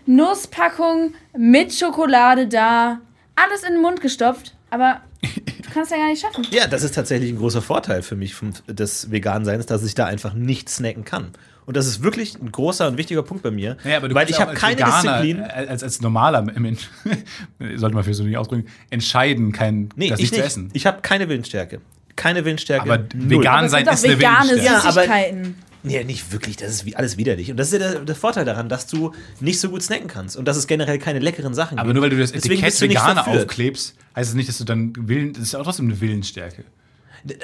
Speaker 4: Nusspackung mit Schokolade da, alles in den Mund gestopft, aber du kannst ja gar nicht schaffen.
Speaker 2: Ja, das ist tatsächlich ein großer Vorteil für mich vom, des Veganseins, dass ich da einfach nicht snacken kann. Und das ist wirklich ein großer und wichtiger Punkt bei mir, weil ich habe keine Disziplin.
Speaker 3: äh, Als, als normaler Mensch, sollte man für so nicht ausdrücken, entscheiden, kein,
Speaker 2: Nee,
Speaker 3: das
Speaker 2: ich
Speaker 3: nicht
Speaker 2: nicht.
Speaker 3: zu essen.
Speaker 2: Ich habe keine Willensstärke. Keine Willensstärke.
Speaker 3: Aber
Speaker 2: Null.
Speaker 3: vegan
Speaker 4: Das
Speaker 3: sein
Speaker 4: sind doch
Speaker 3: ist eine
Speaker 4: vegane
Speaker 3: Willensstärke.
Speaker 2: Ja, aber-
Speaker 4: Süßigkeiten.
Speaker 2: Nee, nicht wirklich. Das ist wie alles widerlich. Und das ist ja der, der Vorteil daran, dass du nicht so gut snacken kannst und dass es generell keine leckeren Sachen
Speaker 3: Aber
Speaker 2: gibt.
Speaker 3: nur weil du das
Speaker 2: Deswegen
Speaker 3: Etikett
Speaker 2: bist du nicht
Speaker 3: Veganer
Speaker 2: verführt.
Speaker 3: aufklebst, heißt es nicht, dass du dann Willen, das ist ja auch trotzdem eine Willensstärke.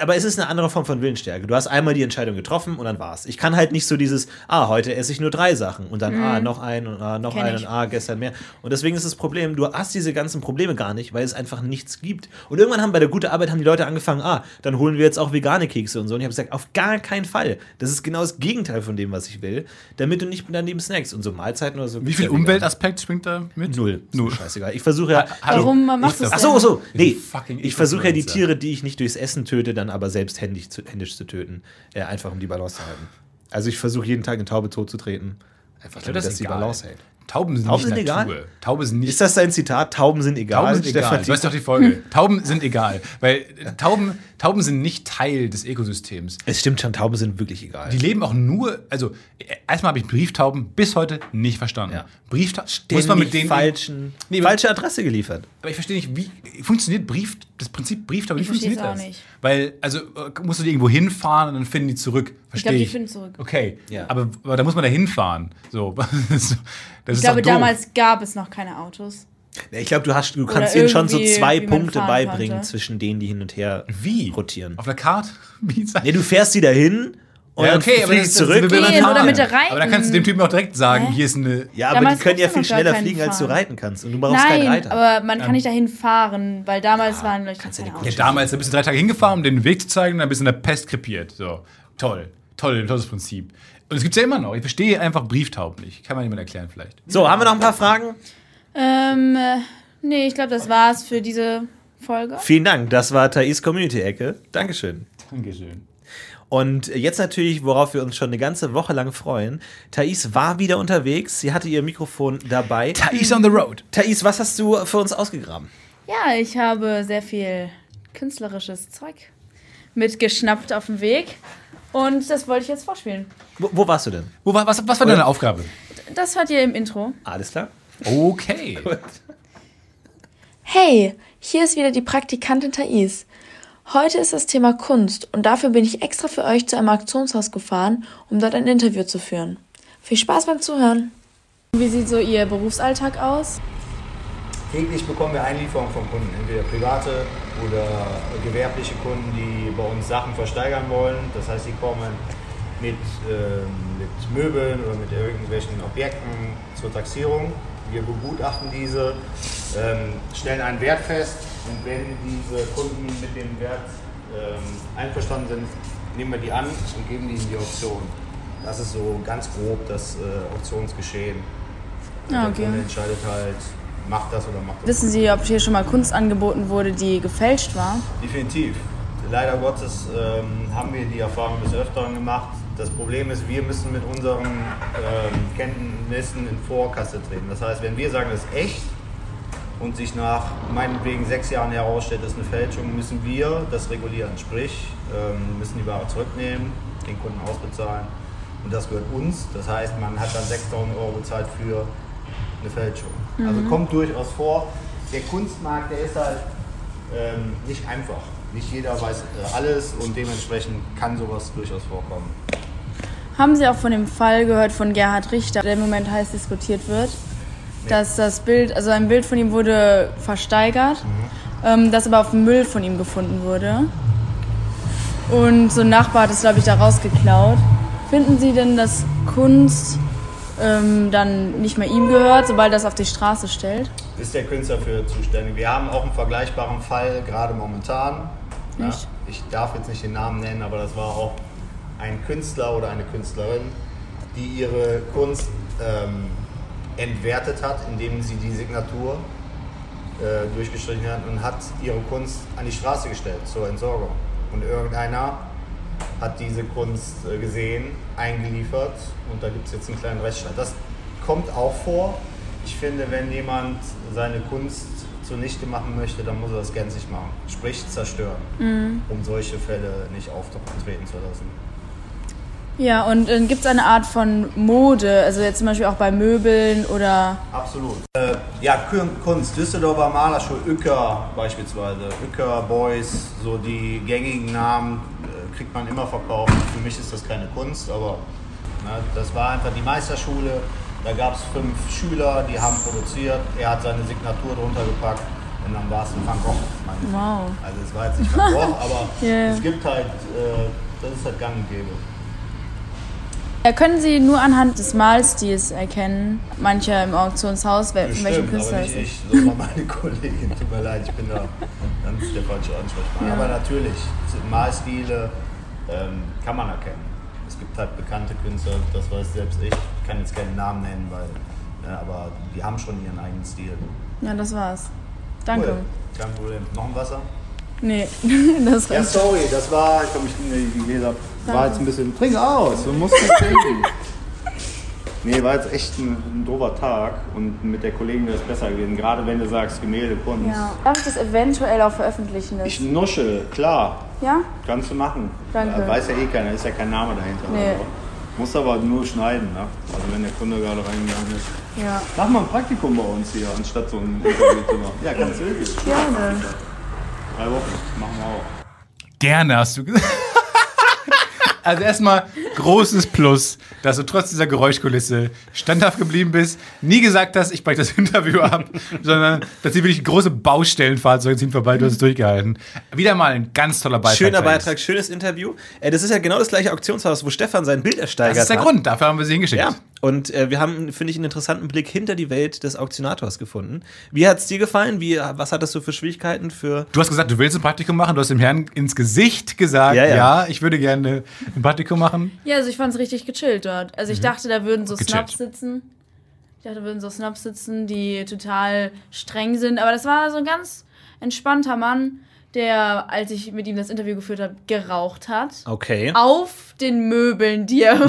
Speaker 2: Aber es ist eine andere Form von Willensstärke. Du hast einmal die Entscheidung getroffen und dann war's. Ich kann halt nicht so dieses, ah, heute esse ich nur drei Sachen und dann, ah, noch ein und ah, noch
Speaker 4: Mhm. Kenn
Speaker 2: ein
Speaker 4: ich.
Speaker 2: und ah, gestern mehr. Und deswegen ist das Problem, du hast diese ganzen Probleme gar nicht, weil es einfach nichts gibt. Und irgendwann haben bei der guten Arbeit haben die Leute angefangen, ah, dann holen wir jetzt auch vegane Kekse und so. Und ich habe gesagt, auf gar keinen Fall. Das ist genau das Gegenteil von dem, was ich will, damit du nicht daneben Snacks und so Mahlzeiten oder so.
Speaker 3: Wie viel
Speaker 2: Ja, vegan.
Speaker 3: Umweltaspekt springt da mit?
Speaker 2: Null. Ist mir
Speaker 3: Null.
Speaker 2: Scheißegal. Ich versuche ja.
Speaker 3: Hallo.
Speaker 4: Warum machst du es
Speaker 2: Ach so, so. Nee,
Speaker 3: Fucking
Speaker 2: ich versuche ja die
Speaker 3: Influencer.
Speaker 2: Tiere, die ich nicht durchs Essen töte, dann aber selbst händisch zu, händisch zu töten. Äh, einfach um die Balance zu halten. Also ich versuche jeden Tag eine Taube totzutreten. Einfach damit,
Speaker 3: das
Speaker 2: dass
Speaker 3: ist
Speaker 2: die
Speaker 3: egal.
Speaker 2: Balance hält.
Speaker 3: Tauben sind
Speaker 2: Tauben
Speaker 3: nicht
Speaker 2: sind
Speaker 3: Natur.
Speaker 2: egal?
Speaker 3: Tauben sind nicht
Speaker 2: Ist das dein Zitat? Tauben sind egal.
Speaker 3: Tauben sind egal.
Speaker 2: Stefan
Speaker 3: Du weißt doch die Folge. Tauben sind egal. Weil äh, Tauben, Tauben sind nicht Teil des Ökosystems.
Speaker 2: es stimmt schon, Tauben sind wirklich egal.
Speaker 3: Die leben auch nur, also äh, erstmal habe ich Brieftauben bis heute nicht verstanden.
Speaker 2: Ja.
Speaker 3: Brieftauben, muss man mit
Speaker 2: Ständig
Speaker 3: denen.
Speaker 2: falschen,
Speaker 3: Nee, aber-
Speaker 2: falsche Adresse geliefert.
Speaker 3: Aber ich verstehe nicht, wie funktioniert Brief, das Prinzip Brieftaube, wie
Speaker 4: Ich verstehe
Speaker 3: funktioniert das?
Speaker 4: es auch nicht.
Speaker 3: Weil, also äh, musst du die irgendwo hinfahren und dann finden die zurück. Verstehe
Speaker 4: die
Speaker 3: ich.
Speaker 4: finden zurück.
Speaker 3: Okay,
Speaker 2: Ja.
Speaker 3: aber, aber da muss man da hinfahren. So. Das ist
Speaker 4: Ich glaube,
Speaker 3: doch doof.
Speaker 4: damals gab es noch keine Autos.
Speaker 2: Ja, Ich glaube, du, hast, du kannst
Speaker 4: Oder
Speaker 2: ihnen schon so
Speaker 4: irgendwie,
Speaker 2: zwei
Speaker 4: wie man
Speaker 2: Punkte
Speaker 4: fahren
Speaker 2: beibringen
Speaker 4: konnte.
Speaker 2: zwischen denen, die hin und her
Speaker 3: Wie?
Speaker 2: rotieren.
Speaker 3: Auf der Karte? Wie sein?
Speaker 2: Nee, du fährst sie dahin und
Speaker 3: Ja,
Speaker 2: dann
Speaker 3: okay, aber
Speaker 2: fliegen
Speaker 3: das-
Speaker 2: sie
Speaker 3: das-
Speaker 2: zurück.
Speaker 3: wir werden
Speaker 4: Gehen
Speaker 3: fahren.
Speaker 4: oder mit der Reiten.
Speaker 3: Aber dann kannst du dem Typen auch direkt sagen, hier ist eine.
Speaker 2: ja, aber die
Speaker 4: Damals
Speaker 2: können ja viel
Speaker 4: konntest du noch gar
Speaker 2: schneller
Speaker 4: keinen
Speaker 2: fliegen, als du
Speaker 4: fahren.
Speaker 2: reiten kannst. Und du brauchst keinen
Speaker 4: Nein,
Speaker 2: Reiter.
Speaker 4: aber man kann nicht dahin fahren, weil damals waren Leute.
Speaker 2: kannst ja die
Speaker 3: Ja, Äh, damals, da bist Ähm. du drei Tage hingefahren, um den Weg zu zeigen, dann bist du in der Pest krepiert. So, toll. Toll, tolles Prinzip. Und es gibt ja immer noch. Ich verstehe einfach Brieftaub nicht. Kann man jemand erklären vielleicht.
Speaker 2: So, haben wir noch ein paar Fragen?
Speaker 4: Ähm, äh, nee, ich glaube, das war's für diese Folge.
Speaker 2: Vielen Dank. Das war Thais Community-Ecke. Dankeschön.
Speaker 3: Dankeschön.
Speaker 2: Und jetzt natürlich, worauf wir uns schon eine ganze Woche lang freuen. Thais war wieder unterwegs. Sie hatte ihr Mikrofon dabei.
Speaker 3: Thais on the road.
Speaker 2: Thais, was hast du für uns ausgegraben?
Speaker 4: Ja, ich habe sehr viel künstlerisches Zeug mitgeschnappt auf dem Weg. Und das wollte ich jetzt vorspielen.
Speaker 2: Wo, wo warst du denn?
Speaker 3: Wo, war- was, was war deine Aufgabe?
Speaker 4: Das hört ihr im Intro.
Speaker 2: Alles klar.
Speaker 3: Okay.
Speaker 5: Hey, hier ist wieder die Praktikantin Thais. Heute ist das Thema Kunst und dafür bin ich extra für euch zu einem Auktionshaus gefahren, um dort ein Interview zu führen. Viel Spaß beim Zuhören.
Speaker 4: Wie sieht so Ihr Berufsalltag aus?
Speaker 6: Täglich bekommen wir Einlieferungen von Kunden, entweder private oder gewerbliche Kunden, die bei uns Sachen versteigern wollen. Das heißt, sie kommen mit, ähm, mit Möbeln oder mit irgendwelchen Objekten zur Taxierung. Wir begutachten diese, ähm, stellen einen Wert fest und wenn diese Kunden mit dem Wert ähm, einverstanden sind, nehmen wir die an und geben die in die Auktion. Das ist so ganz grob das äh, Auktionsgeschehen.
Speaker 4: Ah,
Speaker 6: Der
Speaker 4: okay.
Speaker 6: Kunde entscheidet halt, macht das oder macht das.
Speaker 4: Wissen Sie, ob hier schon mal Kunst angeboten wurde, die gefälscht war?
Speaker 6: Definitiv. Leider Gottes ähm, haben wir die Erfahrung des Öfteren gemacht. Das Problem ist, wir müssen mit unseren ähm, Kenntnissen in Vorkasse treten. Das heißt, wenn wir sagen, das ist echt und sich nach meinetwegen sechs Jahren herausstellt, das ist eine Fälschung, müssen wir das regulieren. Sprich, ähm, müssen die Ware zurücknehmen, den Kunden ausbezahlen. Und das gehört uns. Das heißt, man hat dann 6000 Euro bezahlt für eine Fälschung. Also kommt durchaus vor. Der Kunstmarkt, der ist halt ähm, nicht einfach. Nicht jeder weiß äh, alles und dementsprechend kann sowas durchaus vorkommen.
Speaker 4: Haben Sie auch von dem Fall gehört von Gerhard Richter, der im Moment heiß diskutiert wird, dass das Bild, also ein Bild von ihm wurde versteigert, ähm, das aber auf dem Müll von ihm gefunden wurde. Und so ein Nachbar hat es, glaube ich, da rausgeklaut. Finden Sie denn, dass Kunst ähm, dann nicht mehr ihm gehört, sobald das auf die Straße stellt?
Speaker 6: Ist der Künstler für zuständig? Wir haben auch einen vergleichbaren Fall gerade momentan. Ja,
Speaker 4: Echt?
Speaker 6: ich darf jetzt nicht den Namen nennen, aber das war auch ein Künstler oder eine Künstlerin, die ihre Kunst ähm, entwertet hat, indem sie die Signatur äh, durchgestrichen hat und hat ihre Kunst an die Straße gestellt zur Entsorgung. Und irgendeiner hat diese Kunst äh, gesehen, eingeliefert und da gibt es jetzt einen kleinen Rechtsstreit. Das kommt auch vor. Ich finde, wenn jemand seine Kunst zunichte machen möchte, dann muss er das gänzlich machen. Sprich zerstören, um solche Fälle nicht auftreten zu lassen.
Speaker 4: Ja, und äh, gibt es eine Art von Mode, also jetzt zum Beispiel auch bei Möbeln oder
Speaker 6: Absolut. Äh, ja, Kün- Kunst, Düsseldorfer Malerschule, Uecker beispielsweise, Uecker Boys, so die gängigen Namen äh, kriegt man immer verkauft. Für mich ist das keine Kunst, aber ne, das war einfach die Meisterschule. Da gab es fünf Schüler, die haben produziert. Er hat seine Signatur drunter gepackt und dann war es ein Van Gogh. meinetwegen.
Speaker 4: Wow.
Speaker 6: Also es war jetzt nicht Van Gogh, aber
Speaker 4: Ja.
Speaker 6: es gibt halt, äh, das ist halt gang und gäbe.
Speaker 4: Ja, können Sie nur anhand des Malstils erkennen, mancher im Auktionshaus, wel welchen
Speaker 6: Bestimmt,
Speaker 4: Künstler
Speaker 6: aber
Speaker 4: es
Speaker 6: nicht
Speaker 4: ist?
Speaker 6: ich, sondern meine Kollegin. Tut mir leid, ich bin da ganz der falsche Ansprechpartner.
Speaker 4: Ja.
Speaker 6: Aber natürlich, Malstile ähm, kann man erkennen. Es gibt halt bekannte Künstler, das weiß selbst ich. Ich kann jetzt keinen Namen nennen, weil, ne, aber die haben schon ihren eigenen Stil.
Speaker 4: Ja, das war's. Danke.
Speaker 6: Cool, Kein Problem. Noch ein Wasser?
Speaker 4: Nee, das
Speaker 6: Ja,
Speaker 4: reicht.
Speaker 6: sorry, das war, ich habe mich nicht gelesen, hab. war jetzt ein bisschen, trink aus, du musst nicht trinken. Nee, war jetzt echt ein, ein doofer Tag und mit der Kollegin wäre es besser gewesen, gerade wenn du sagst Gemälde, Kunst.
Speaker 4: Ja. Darf ich das eventuell auch veröffentlichen? Das?
Speaker 6: Ich nuschel, klar,
Speaker 4: ja?
Speaker 6: kannst du machen.
Speaker 4: Danke.
Speaker 6: Äh, Weiß ja eh keiner, ist ja kein Name dahinter.
Speaker 4: Nee.
Speaker 6: Also, musst aber nur schneiden, ne? also wenn der Kunde gerade reingegangen ist.
Speaker 4: Ja.
Speaker 6: Mach mal ein Praktikum bei uns hier, anstatt so ein Interview zu machen. Ja, kannst du wirklich.
Speaker 4: Gerne.
Speaker 6: Drei Wochen, machen wir auch.
Speaker 3: Gerne hast du gesagt. Also erstmal großes Plus, dass du trotz dieser Geräuschkulisse standhaft geblieben bist, nie gesagt hast, ich breche das Interview ab, sondern dass sie wirklich große Baustellenfahrzeuge ziehen vorbei, du hast es durchgehalten. Wieder mal ein ganz toller Beitrag.
Speaker 2: Schöner
Speaker 3: Thais.
Speaker 2: Beitrag, schönes Interview. Äh, das ist ja genau das gleiche Auktionshaus, wo Stefan sein Bild ersteigert
Speaker 3: Das ist der
Speaker 2: hat.
Speaker 3: Grund, dafür haben wir sie hingeschickt.
Speaker 2: Ja, und äh, wir haben, finde ich, einen interessanten Blick hinter die Welt des Auktionators gefunden. Wie hat es dir gefallen? Wie, was hattest du für Schwierigkeiten für.
Speaker 3: Du hast gesagt, du willst ein Praktikum machen, du hast dem Herrn ins Gesicht gesagt,
Speaker 2: Ja,
Speaker 3: ja,
Speaker 2: ja.
Speaker 3: ich würde gerne ein Praktikum machen.
Speaker 4: Ja, also ich fand's richtig gechillt dort. Also
Speaker 6: Mhm.
Speaker 4: ich dachte, da würden so
Speaker 3: Gechillt.
Speaker 4: Snobs sitzen. Ich dachte, da würden so Snobs sitzen, die total streng sind. Aber das war so ein ganz entspannter Mann, der, als ich mit ihm das Interview geführt habe, geraucht hat.
Speaker 2: Okay.
Speaker 4: Auf den Möbeln, die er,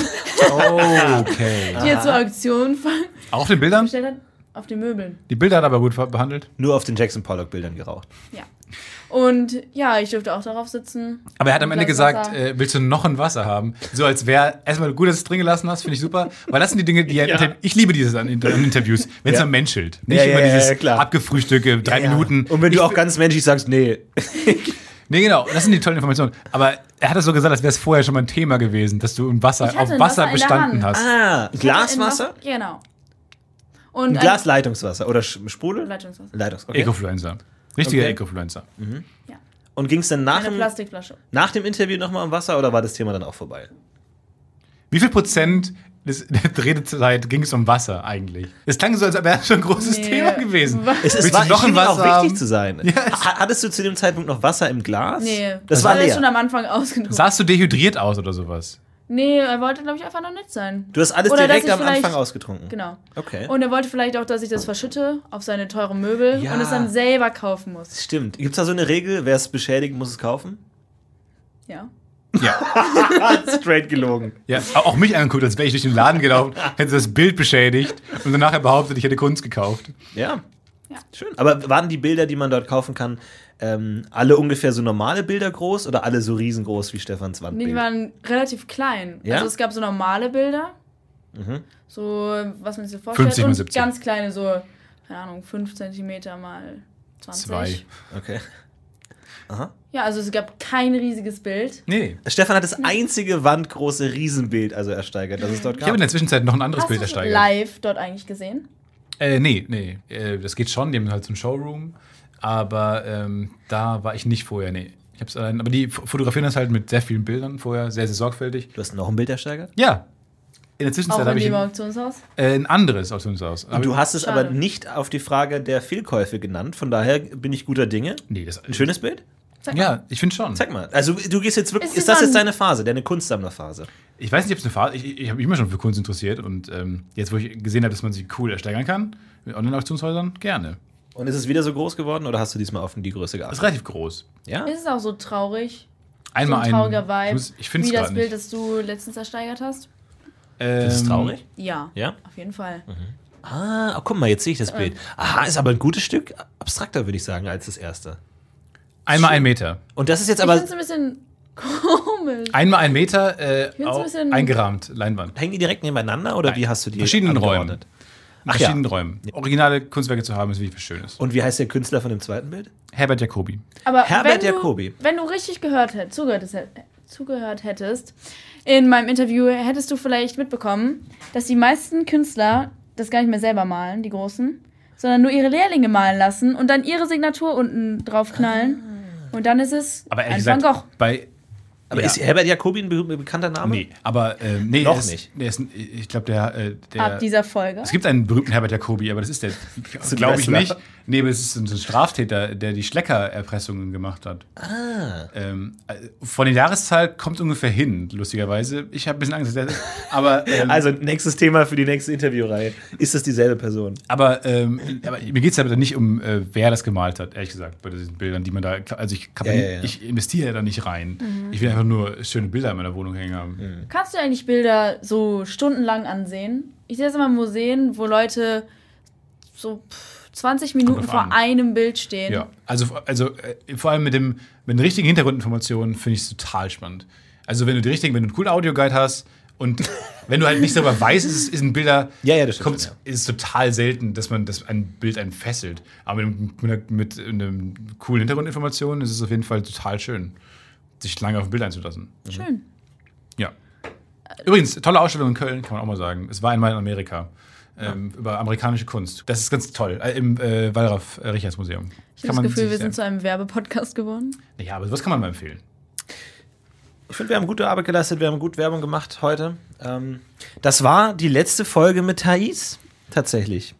Speaker 3: Okay.
Speaker 4: die er zur Auktion ver-
Speaker 3: Auch den Bildern?
Speaker 4: bestellt hat. Auf den Möbeln.
Speaker 3: Die Bilder hat er aber gut ver- behandelt.
Speaker 2: Nur auf den Jackson Pollock-Bildern geraucht.
Speaker 4: Ja. Und ja, ich durfte auch darauf sitzen.
Speaker 3: Aber er hat am
Speaker 4: Ein
Speaker 3: Ende
Speaker 4: Glas
Speaker 3: gesagt,
Speaker 4: Wasser.
Speaker 3: äh, willst du noch ein Wasser haben? So als wäre erstmal gut, dass du es drin gelassen hast, finde ich super. Weil das sind die Dinge, die ja. ich liebe dieses an, Inter an Interviews, wenn es
Speaker 2: Ja.
Speaker 3: um Mensch schild. Nicht
Speaker 2: Ja, ja,
Speaker 3: immer
Speaker 2: ja,
Speaker 3: dieses
Speaker 2: ja, klar.
Speaker 3: abgefrühstücke, drei Minuten.
Speaker 2: Und wenn
Speaker 3: ich,
Speaker 2: du auch ganz menschlich sagst, nee.
Speaker 3: Nee, genau, das sind die tollen Informationen. Aber er hat es so gesagt, als wäre es vorher schon mal ein Thema gewesen, dass du im Wasser,
Speaker 4: Ich
Speaker 3: auf
Speaker 4: hatte
Speaker 3: Wasser,
Speaker 4: ein Wasser in der
Speaker 3: bestanden
Speaker 4: Hand.
Speaker 3: hast.
Speaker 2: Ah, Glaswasser?
Speaker 4: In- Genau. Und ein-
Speaker 2: Glasleitungswasser oder Sch- Sprudel?
Speaker 4: Leitungswasser.
Speaker 2: Leitungs okay.
Speaker 3: Ecofluencer. Richtiger
Speaker 2: Okay.
Speaker 3: Ecofluencer.
Speaker 2: Und ging es dann nach
Speaker 4: Eine
Speaker 2: dem,
Speaker 4: Plastikflasche.
Speaker 2: nach dem Interview nochmal am Wasser oder war das Thema dann auch vorbei?
Speaker 3: Wie viel Prozent des, der Redezeit ging es um Wasser eigentlich? Es klang so, als wäre es schon ein großes
Speaker 4: Nee.
Speaker 3: Thema gewesen.
Speaker 4: Was?
Speaker 2: Es, es
Speaker 3: Willst
Speaker 2: war
Speaker 3: du noch ein
Speaker 2: schien mir auch
Speaker 3: Wasser
Speaker 2: wichtig
Speaker 3: haben?
Speaker 2: zu sein. Ha- Hattest du zu dem Zeitpunkt noch Wasser im Glas?
Speaker 4: Nee,
Speaker 3: Also
Speaker 2: Das war
Speaker 4: alles schon
Speaker 2: leer.
Speaker 4: am Anfang ausgedruckt.
Speaker 3: Sahst du dehydriert aus oder sowas?
Speaker 4: nee, er wollte, glaube ich, einfach noch nett sein.
Speaker 2: Du hast alles
Speaker 4: Oder dass
Speaker 2: direkt
Speaker 4: ich
Speaker 2: am
Speaker 4: vielleicht-
Speaker 2: Anfang ausgetrunken.
Speaker 4: Genau.
Speaker 2: Okay.
Speaker 4: Und er wollte vielleicht auch, dass ich das verschütte auf seine teuren Möbel
Speaker 2: Ja.
Speaker 4: und es dann selber kaufen muss.
Speaker 2: Stimmt. Gibt es da so eine Regel, wer es beschädigt, muss es kaufen?
Speaker 4: Ja.
Speaker 2: Ah, Straight gelogen.
Speaker 3: Ja, auch auch mich angeguckt, als wäre ich durch den Laden gelaufen, hätte das Bild beschädigt und dann nachher behauptet, ich hätte Kunst gekauft.
Speaker 2: Ja.
Speaker 4: Ja.
Speaker 2: Schön. Aber waren die Bilder, die man dort kaufen kann, ähm, alle ungefähr so normale Bilder groß oder alle so riesengroß wie Stefans
Speaker 4: Nee, die
Speaker 2: Wandbild?
Speaker 4: waren relativ klein.
Speaker 2: Ja?
Speaker 4: Also es gab so normale Bilder.
Speaker 3: Mhm.
Speaker 4: So, was man sich so vorstellt.
Speaker 3: 50 mal
Speaker 4: und
Speaker 3: 70.
Speaker 4: ganz kleine, so, keine Ahnung, 5 cm mal 20.
Speaker 3: Zwei.
Speaker 2: Okay.
Speaker 4: Ja, also es gab kein riesiges Bild.
Speaker 3: Nee.
Speaker 2: Stefan hat das einzige wandgroße Riesenbild also ersteigert, das es dort
Speaker 3: Ich habe
Speaker 2: gab.
Speaker 3: in der Zwischenzeit noch ein anderes
Speaker 4: Hast du
Speaker 3: Bild
Speaker 4: es
Speaker 3: ersteigert.
Speaker 4: live dort eigentlich gesehen?
Speaker 3: Äh, nee, nee. Äh, das geht schon, die haben halt so einen Showroom. Aber ähm, da war ich nicht vorher, nee. Ich hab's allein, aber die f- fotografieren das halt mit sehr vielen Bildern vorher, sehr, sehr sorgfältig.
Speaker 2: Du hast noch ein Bild ersteigert?
Speaker 3: Ja. In der
Speaker 4: Auch
Speaker 3: Zwischenzeit
Speaker 4: in
Speaker 3: habe ich
Speaker 4: dem
Speaker 3: ein,
Speaker 4: Auktionshaus?
Speaker 3: äh, ein anderes Auktionshaus. Aber-
Speaker 2: Du hast es
Speaker 4: Schade.
Speaker 2: aber nicht auf die Frage der Fehlkäufe genannt, von daher bin ich guter Dinge.
Speaker 3: Nee, das
Speaker 2: Ein schönes Bild?
Speaker 3: Ja, ich finde schon.
Speaker 2: Zeig mal. Also du gehst jetzt wirklich.
Speaker 4: Es
Speaker 2: Ist
Speaker 4: ist
Speaker 2: das jetzt
Speaker 4: an-
Speaker 2: deine Phase, deine Kunstsammlerphase?
Speaker 3: Ich weiß nicht, ob es eine Phase Ich, ich habe mich immer schon für Kunst interessiert und ähm, jetzt, wo ich gesehen habe, dass man sich cool ersteigern kann, mit Online-Auktionshäusern, gerne.
Speaker 2: Und ist es wieder so groß geworden oder hast du diesmal auf die Größe
Speaker 3: Das ist
Speaker 2: geachtet?
Speaker 3: relativ groß.
Speaker 2: Ja?
Speaker 4: Ist es auch so traurig? So
Speaker 3: Einmal
Speaker 4: ein
Speaker 3: ein.
Speaker 4: trauriger
Speaker 3: Ich,
Speaker 4: Vibe.
Speaker 3: muss- ich finde es
Speaker 4: Wie das
Speaker 3: gerade
Speaker 4: Bild,
Speaker 3: nicht.
Speaker 4: das du letztens ersteigert hast?
Speaker 3: Ähm,
Speaker 2: Ist es traurig?
Speaker 4: Ja.
Speaker 2: Ja?
Speaker 4: Auf jeden Fall.
Speaker 3: Mhm.
Speaker 2: Ah, oh, guck mal, jetzt sehe ich das Bild. Aha, ist aber ein gutes Stück abstrakter, würde ich sagen, als das erste.
Speaker 3: Einmal ein Meter.
Speaker 2: Und das ist jetzt
Speaker 4: ich
Speaker 2: aber.
Speaker 4: find's ein bisschen komisch.
Speaker 3: Einmal ein Meter äh,
Speaker 4: find's ein
Speaker 3: au-
Speaker 4: bisschen-
Speaker 3: eingerahmt, Leinwand.
Speaker 2: Hängen die direkt nebeneinander oder wie hast du die?
Speaker 3: verschiedenen
Speaker 2: angeordnet?
Speaker 3: In
Speaker 2: Ach ja.
Speaker 3: verschiedenen Räumen. Originale Kunstwerke zu haben, ist wirklich was Schönes.
Speaker 2: Und wie heißt der Künstler von dem zweiten Bild?
Speaker 3: Herbert Jacobi.
Speaker 4: Aber
Speaker 2: Herbert
Speaker 4: wenn du,
Speaker 2: Jacobi.
Speaker 4: Wenn du richtig gehört hättest, zugehört, hätt- zugehört hättest, in meinem Interview hättest du vielleicht mitbekommen, dass die meisten Künstler das gar nicht mehr selber malen, die Großen, sondern nur ihre Lehrlinge malen lassen und dann ihre Signatur unten drauf knallen. Und dann ist es
Speaker 3: Ah. Aber ehrlich
Speaker 4: ein Van Gogh.
Speaker 3: gesagt, bei
Speaker 2: Aber
Speaker 3: Ja.
Speaker 2: ist Herbert Jacobi ein be- bekannter Name?
Speaker 3: Nee, aber ähm, nee,
Speaker 2: Noch
Speaker 3: er ist,
Speaker 2: nicht.
Speaker 3: Der ist, ein- ich glaube, der, äh, der.
Speaker 4: Ab dieser Folge.
Speaker 3: es gibt einen berühmten Herbert Jacobi, aber das ist der,
Speaker 2: ein
Speaker 3: glaube ich
Speaker 2: Wrestler.
Speaker 3: nicht. Nee, aber es ist ein so ein Straftäter, der die Schlecker-Erpressungen gemacht hat. Ah. Ähm, äh, von der Jahreszahl kommt ungefähr hin, lustigerweise. Ich habe ein bisschen Angst, dass der, aber, ähm,
Speaker 2: Also, nächstes Thema für die nächste Interviewreihe. Ist das dieselbe Person?
Speaker 3: aber, ähm, aber mir geht es aber nicht um, äh, wer das gemalt hat, ehrlich gesagt, bei diesen Bildern, die man da. Also ich, kann
Speaker 2: Ja,
Speaker 3: man,
Speaker 2: ja, ja.
Speaker 3: ich investiere da nicht rein. Ich will einfach nur schöne Bilder in meiner Wohnung hängen haben.
Speaker 2: Mhm.
Speaker 4: Kannst du eigentlich Bilder so stundenlang ansehen? Ich sehe es immer in Museen, wo Leute so pff, 20 Minuten
Speaker 3: drauf
Speaker 4: vor
Speaker 3: an.
Speaker 4: einem Bild stehen.
Speaker 3: Ja, also, also äh, vor allem mit, dem, mit den richtigen Hintergrundinformationen finde ich es total spannend. Also wenn du die richtigen, wenn du einen coolen Audioguide hast und wenn du halt nichts darüber weißt, ist, es- ist ein Bilder,
Speaker 2: Ja, ja, das stimmt
Speaker 3: kommt,
Speaker 2: schon,
Speaker 3: ist es total selten, dass man dass ein Bild einen fesselt. Aber mit, einem- mit, einer, mit einem coolen Hintergrundinformationen ist es auf jeden Fall total schön, sich lange auf ein Bild einzulassen.
Speaker 4: Schön.
Speaker 3: Ja. Übrigens, tolle Ausstellung in Köln, kann man auch mal sagen. Es war einmal in Amerika. Ähm, Über amerikanische Kunst. Das ist ganz toll. Äh, Im äh, Wallraf-Richards-Museum.
Speaker 4: Ich habe das Gefühl, wir sind zu einem Werbepodcast geworden.
Speaker 3: Ja, aber sowas kann man mal empfehlen.
Speaker 2: Ich finde, wir haben gute Arbeit geleistet, wir haben gut Werbung gemacht heute. Ähm, das war die letzte Folge mit Thais, tatsächlich.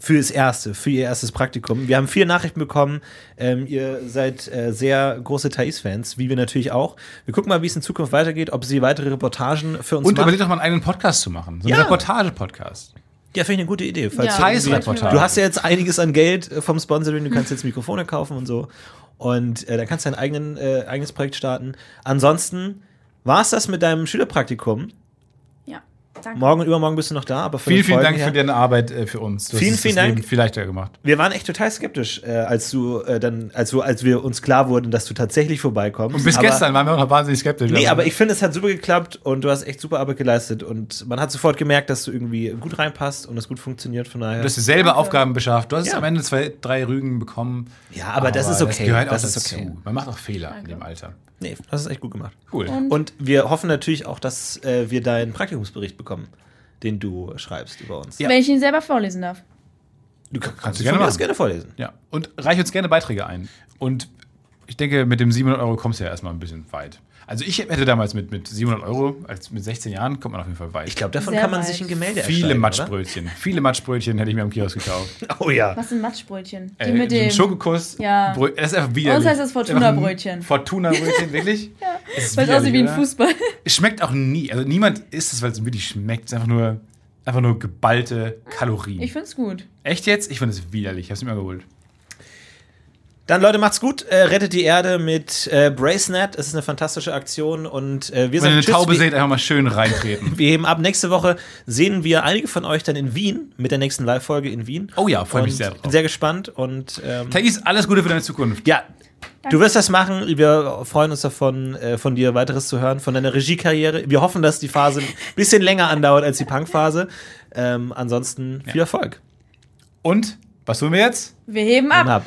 Speaker 2: Fürs erste, für ihr erstes Praktikum. Wir haben viele Nachrichten bekommen. Ähm, ihr seid äh, sehr große Thais-Fans, wie wir natürlich auch. Wir gucken mal, wie es in Zukunft weitergeht, ob sie weitere Reportagen für uns
Speaker 3: Und
Speaker 2: macht.
Speaker 3: überleg doch mal, einen eigenen Podcast zu machen. So einen
Speaker 2: Ja.
Speaker 3: Reportage-Podcast.
Speaker 2: Ja, finde ich eine gute Idee. Falls
Speaker 4: Ja.
Speaker 2: du,
Speaker 4: Thais
Speaker 3: Reportage.
Speaker 2: du hast ja jetzt einiges an Geld äh, vom Sponsoring, du kannst jetzt Mikrofone kaufen und so. Und äh, dann kannst du dein eigenen, äh, eigenes Projekt starten. Ansonsten war es das mit deinem Schülerpraktikum.
Speaker 4: Ja, danke.
Speaker 2: Morgen und übermorgen bist du noch da, aber von
Speaker 3: Vielen,
Speaker 2: den
Speaker 3: vielen
Speaker 2: Folgen
Speaker 3: Dank
Speaker 2: her,
Speaker 3: für deine Arbeit äh, für uns. Du hast
Speaker 2: Vielen,
Speaker 3: uns das
Speaker 2: vielen Dank.
Speaker 3: Leben Viel leichter gemacht.
Speaker 2: Wir waren echt total skeptisch, äh, als du äh, dann, als du, als wir uns klar wurden, dass du tatsächlich vorbeikommst.
Speaker 3: Und bis
Speaker 2: aber,
Speaker 3: gestern waren wir auch noch wahnsinnig skeptisch. Also,
Speaker 2: Nee, aber ich finde, es hat super geklappt und du hast echt super Arbeit geleistet und man hat sofort gemerkt, dass du irgendwie gut reinpasst und es gut funktioniert von daher.
Speaker 3: Du hast dir selber Aufgaben beschafft. Du hast
Speaker 2: Ja.
Speaker 3: am Ende zwei, drei Rügen bekommen.
Speaker 2: Ja, aber das ist okay.
Speaker 3: Das gehört auch
Speaker 2: Das ist
Speaker 3: dazu.
Speaker 2: okay.
Speaker 3: Man macht auch Fehler in dem Alter.
Speaker 2: nee, das ist echt gut gemacht.
Speaker 3: Cool.
Speaker 2: Und wir hoffen natürlich auch, dass äh, wir deinen Praktikumsbericht bekommen, den du schreibst über uns.
Speaker 3: Ja.
Speaker 4: Wenn ich ihn selber vorlesen darf.
Speaker 2: Du kannst,
Speaker 3: kannst
Speaker 2: du
Speaker 3: du
Speaker 2: gerne,
Speaker 3: gerne
Speaker 2: das
Speaker 3: machen.
Speaker 2: gerne vorlesen.
Speaker 3: Ja. Und reich uns gerne Beiträge ein. Und ich denke, mit dem 700 Euro kommst du ja erstmal ein bisschen weit. Also ich hätte damals mit, mit 700 Euro, als mit 16 Jahren, kommt man auf jeden Fall weit.
Speaker 2: Ich glaube, davon
Speaker 4: Sehr
Speaker 2: kann man
Speaker 4: weit.
Speaker 2: sich ein Gemälde
Speaker 3: viele
Speaker 2: ersteigen,
Speaker 3: Matschbrötchen. Viele Matschbrötchen hätte ich mir am Kiosk gekauft.
Speaker 2: oder? Oh ja.
Speaker 4: Was sind Matschbrötchen? Die
Speaker 3: Äh,
Speaker 4: mit
Speaker 3: so ein
Speaker 4: dem.
Speaker 3: Schokokuss.
Speaker 4: Ja.
Speaker 3: Brö- Das ist einfach widerlich.
Speaker 4: Bei uns heißt das Fortuna-Brötchen.
Speaker 3: Einfach ein Fortuna-Brötchen, wirklich? ja. Es ist
Speaker 4: Weil es aussieht wie
Speaker 3: widerlich,
Speaker 4: ein
Speaker 3: oder?
Speaker 4: Fußball.
Speaker 3: Es schmeckt auch nie. Also niemand isst es, weil es wirklich schmeckt. Es ist einfach nur, einfach nur geballte Kalorien.
Speaker 4: Ich find's gut.
Speaker 3: Echt jetzt? Ich finde es widerlich. Ich habe es mir mal geholt.
Speaker 2: Dann Leute, macht's gut. Äh, rettet die Erde mit äh, Bracenet. Es ist eine fantastische Aktion und äh, wir
Speaker 3: Wenn ihr
Speaker 2: sagen
Speaker 3: eine
Speaker 2: Tschüss.
Speaker 3: Taube
Speaker 2: wir,
Speaker 3: seht, einfach mal schön reintreten.
Speaker 2: wir heben ab. Nächste Woche sehen wir einige von euch dann in Wien mit der nächsten Live-Folge in Wien.
Speaker 3: Oh ja, freue mich
Speaker 2: Und
Speaker 3: sehr drauf.
Speaker 2: Bin sehr gespannt und ähm,
Speaker 3: Thais, alles Gute für deine Zukunft.
Speaker 2: ja. Du wirst das machen. Wir freuen uns davon, äh, von dir weiteres zu hören, von deiner Regiekarriere. Wir hoffen, dass die Phase ein bisschen länger andauert als die Punk-Phase. Ähm, ansonsten viel Erfolg.
Speaker 3: Und was tun wir jetzt?
Speaker 4: Wir heben ab.
Speaker 2: Ab.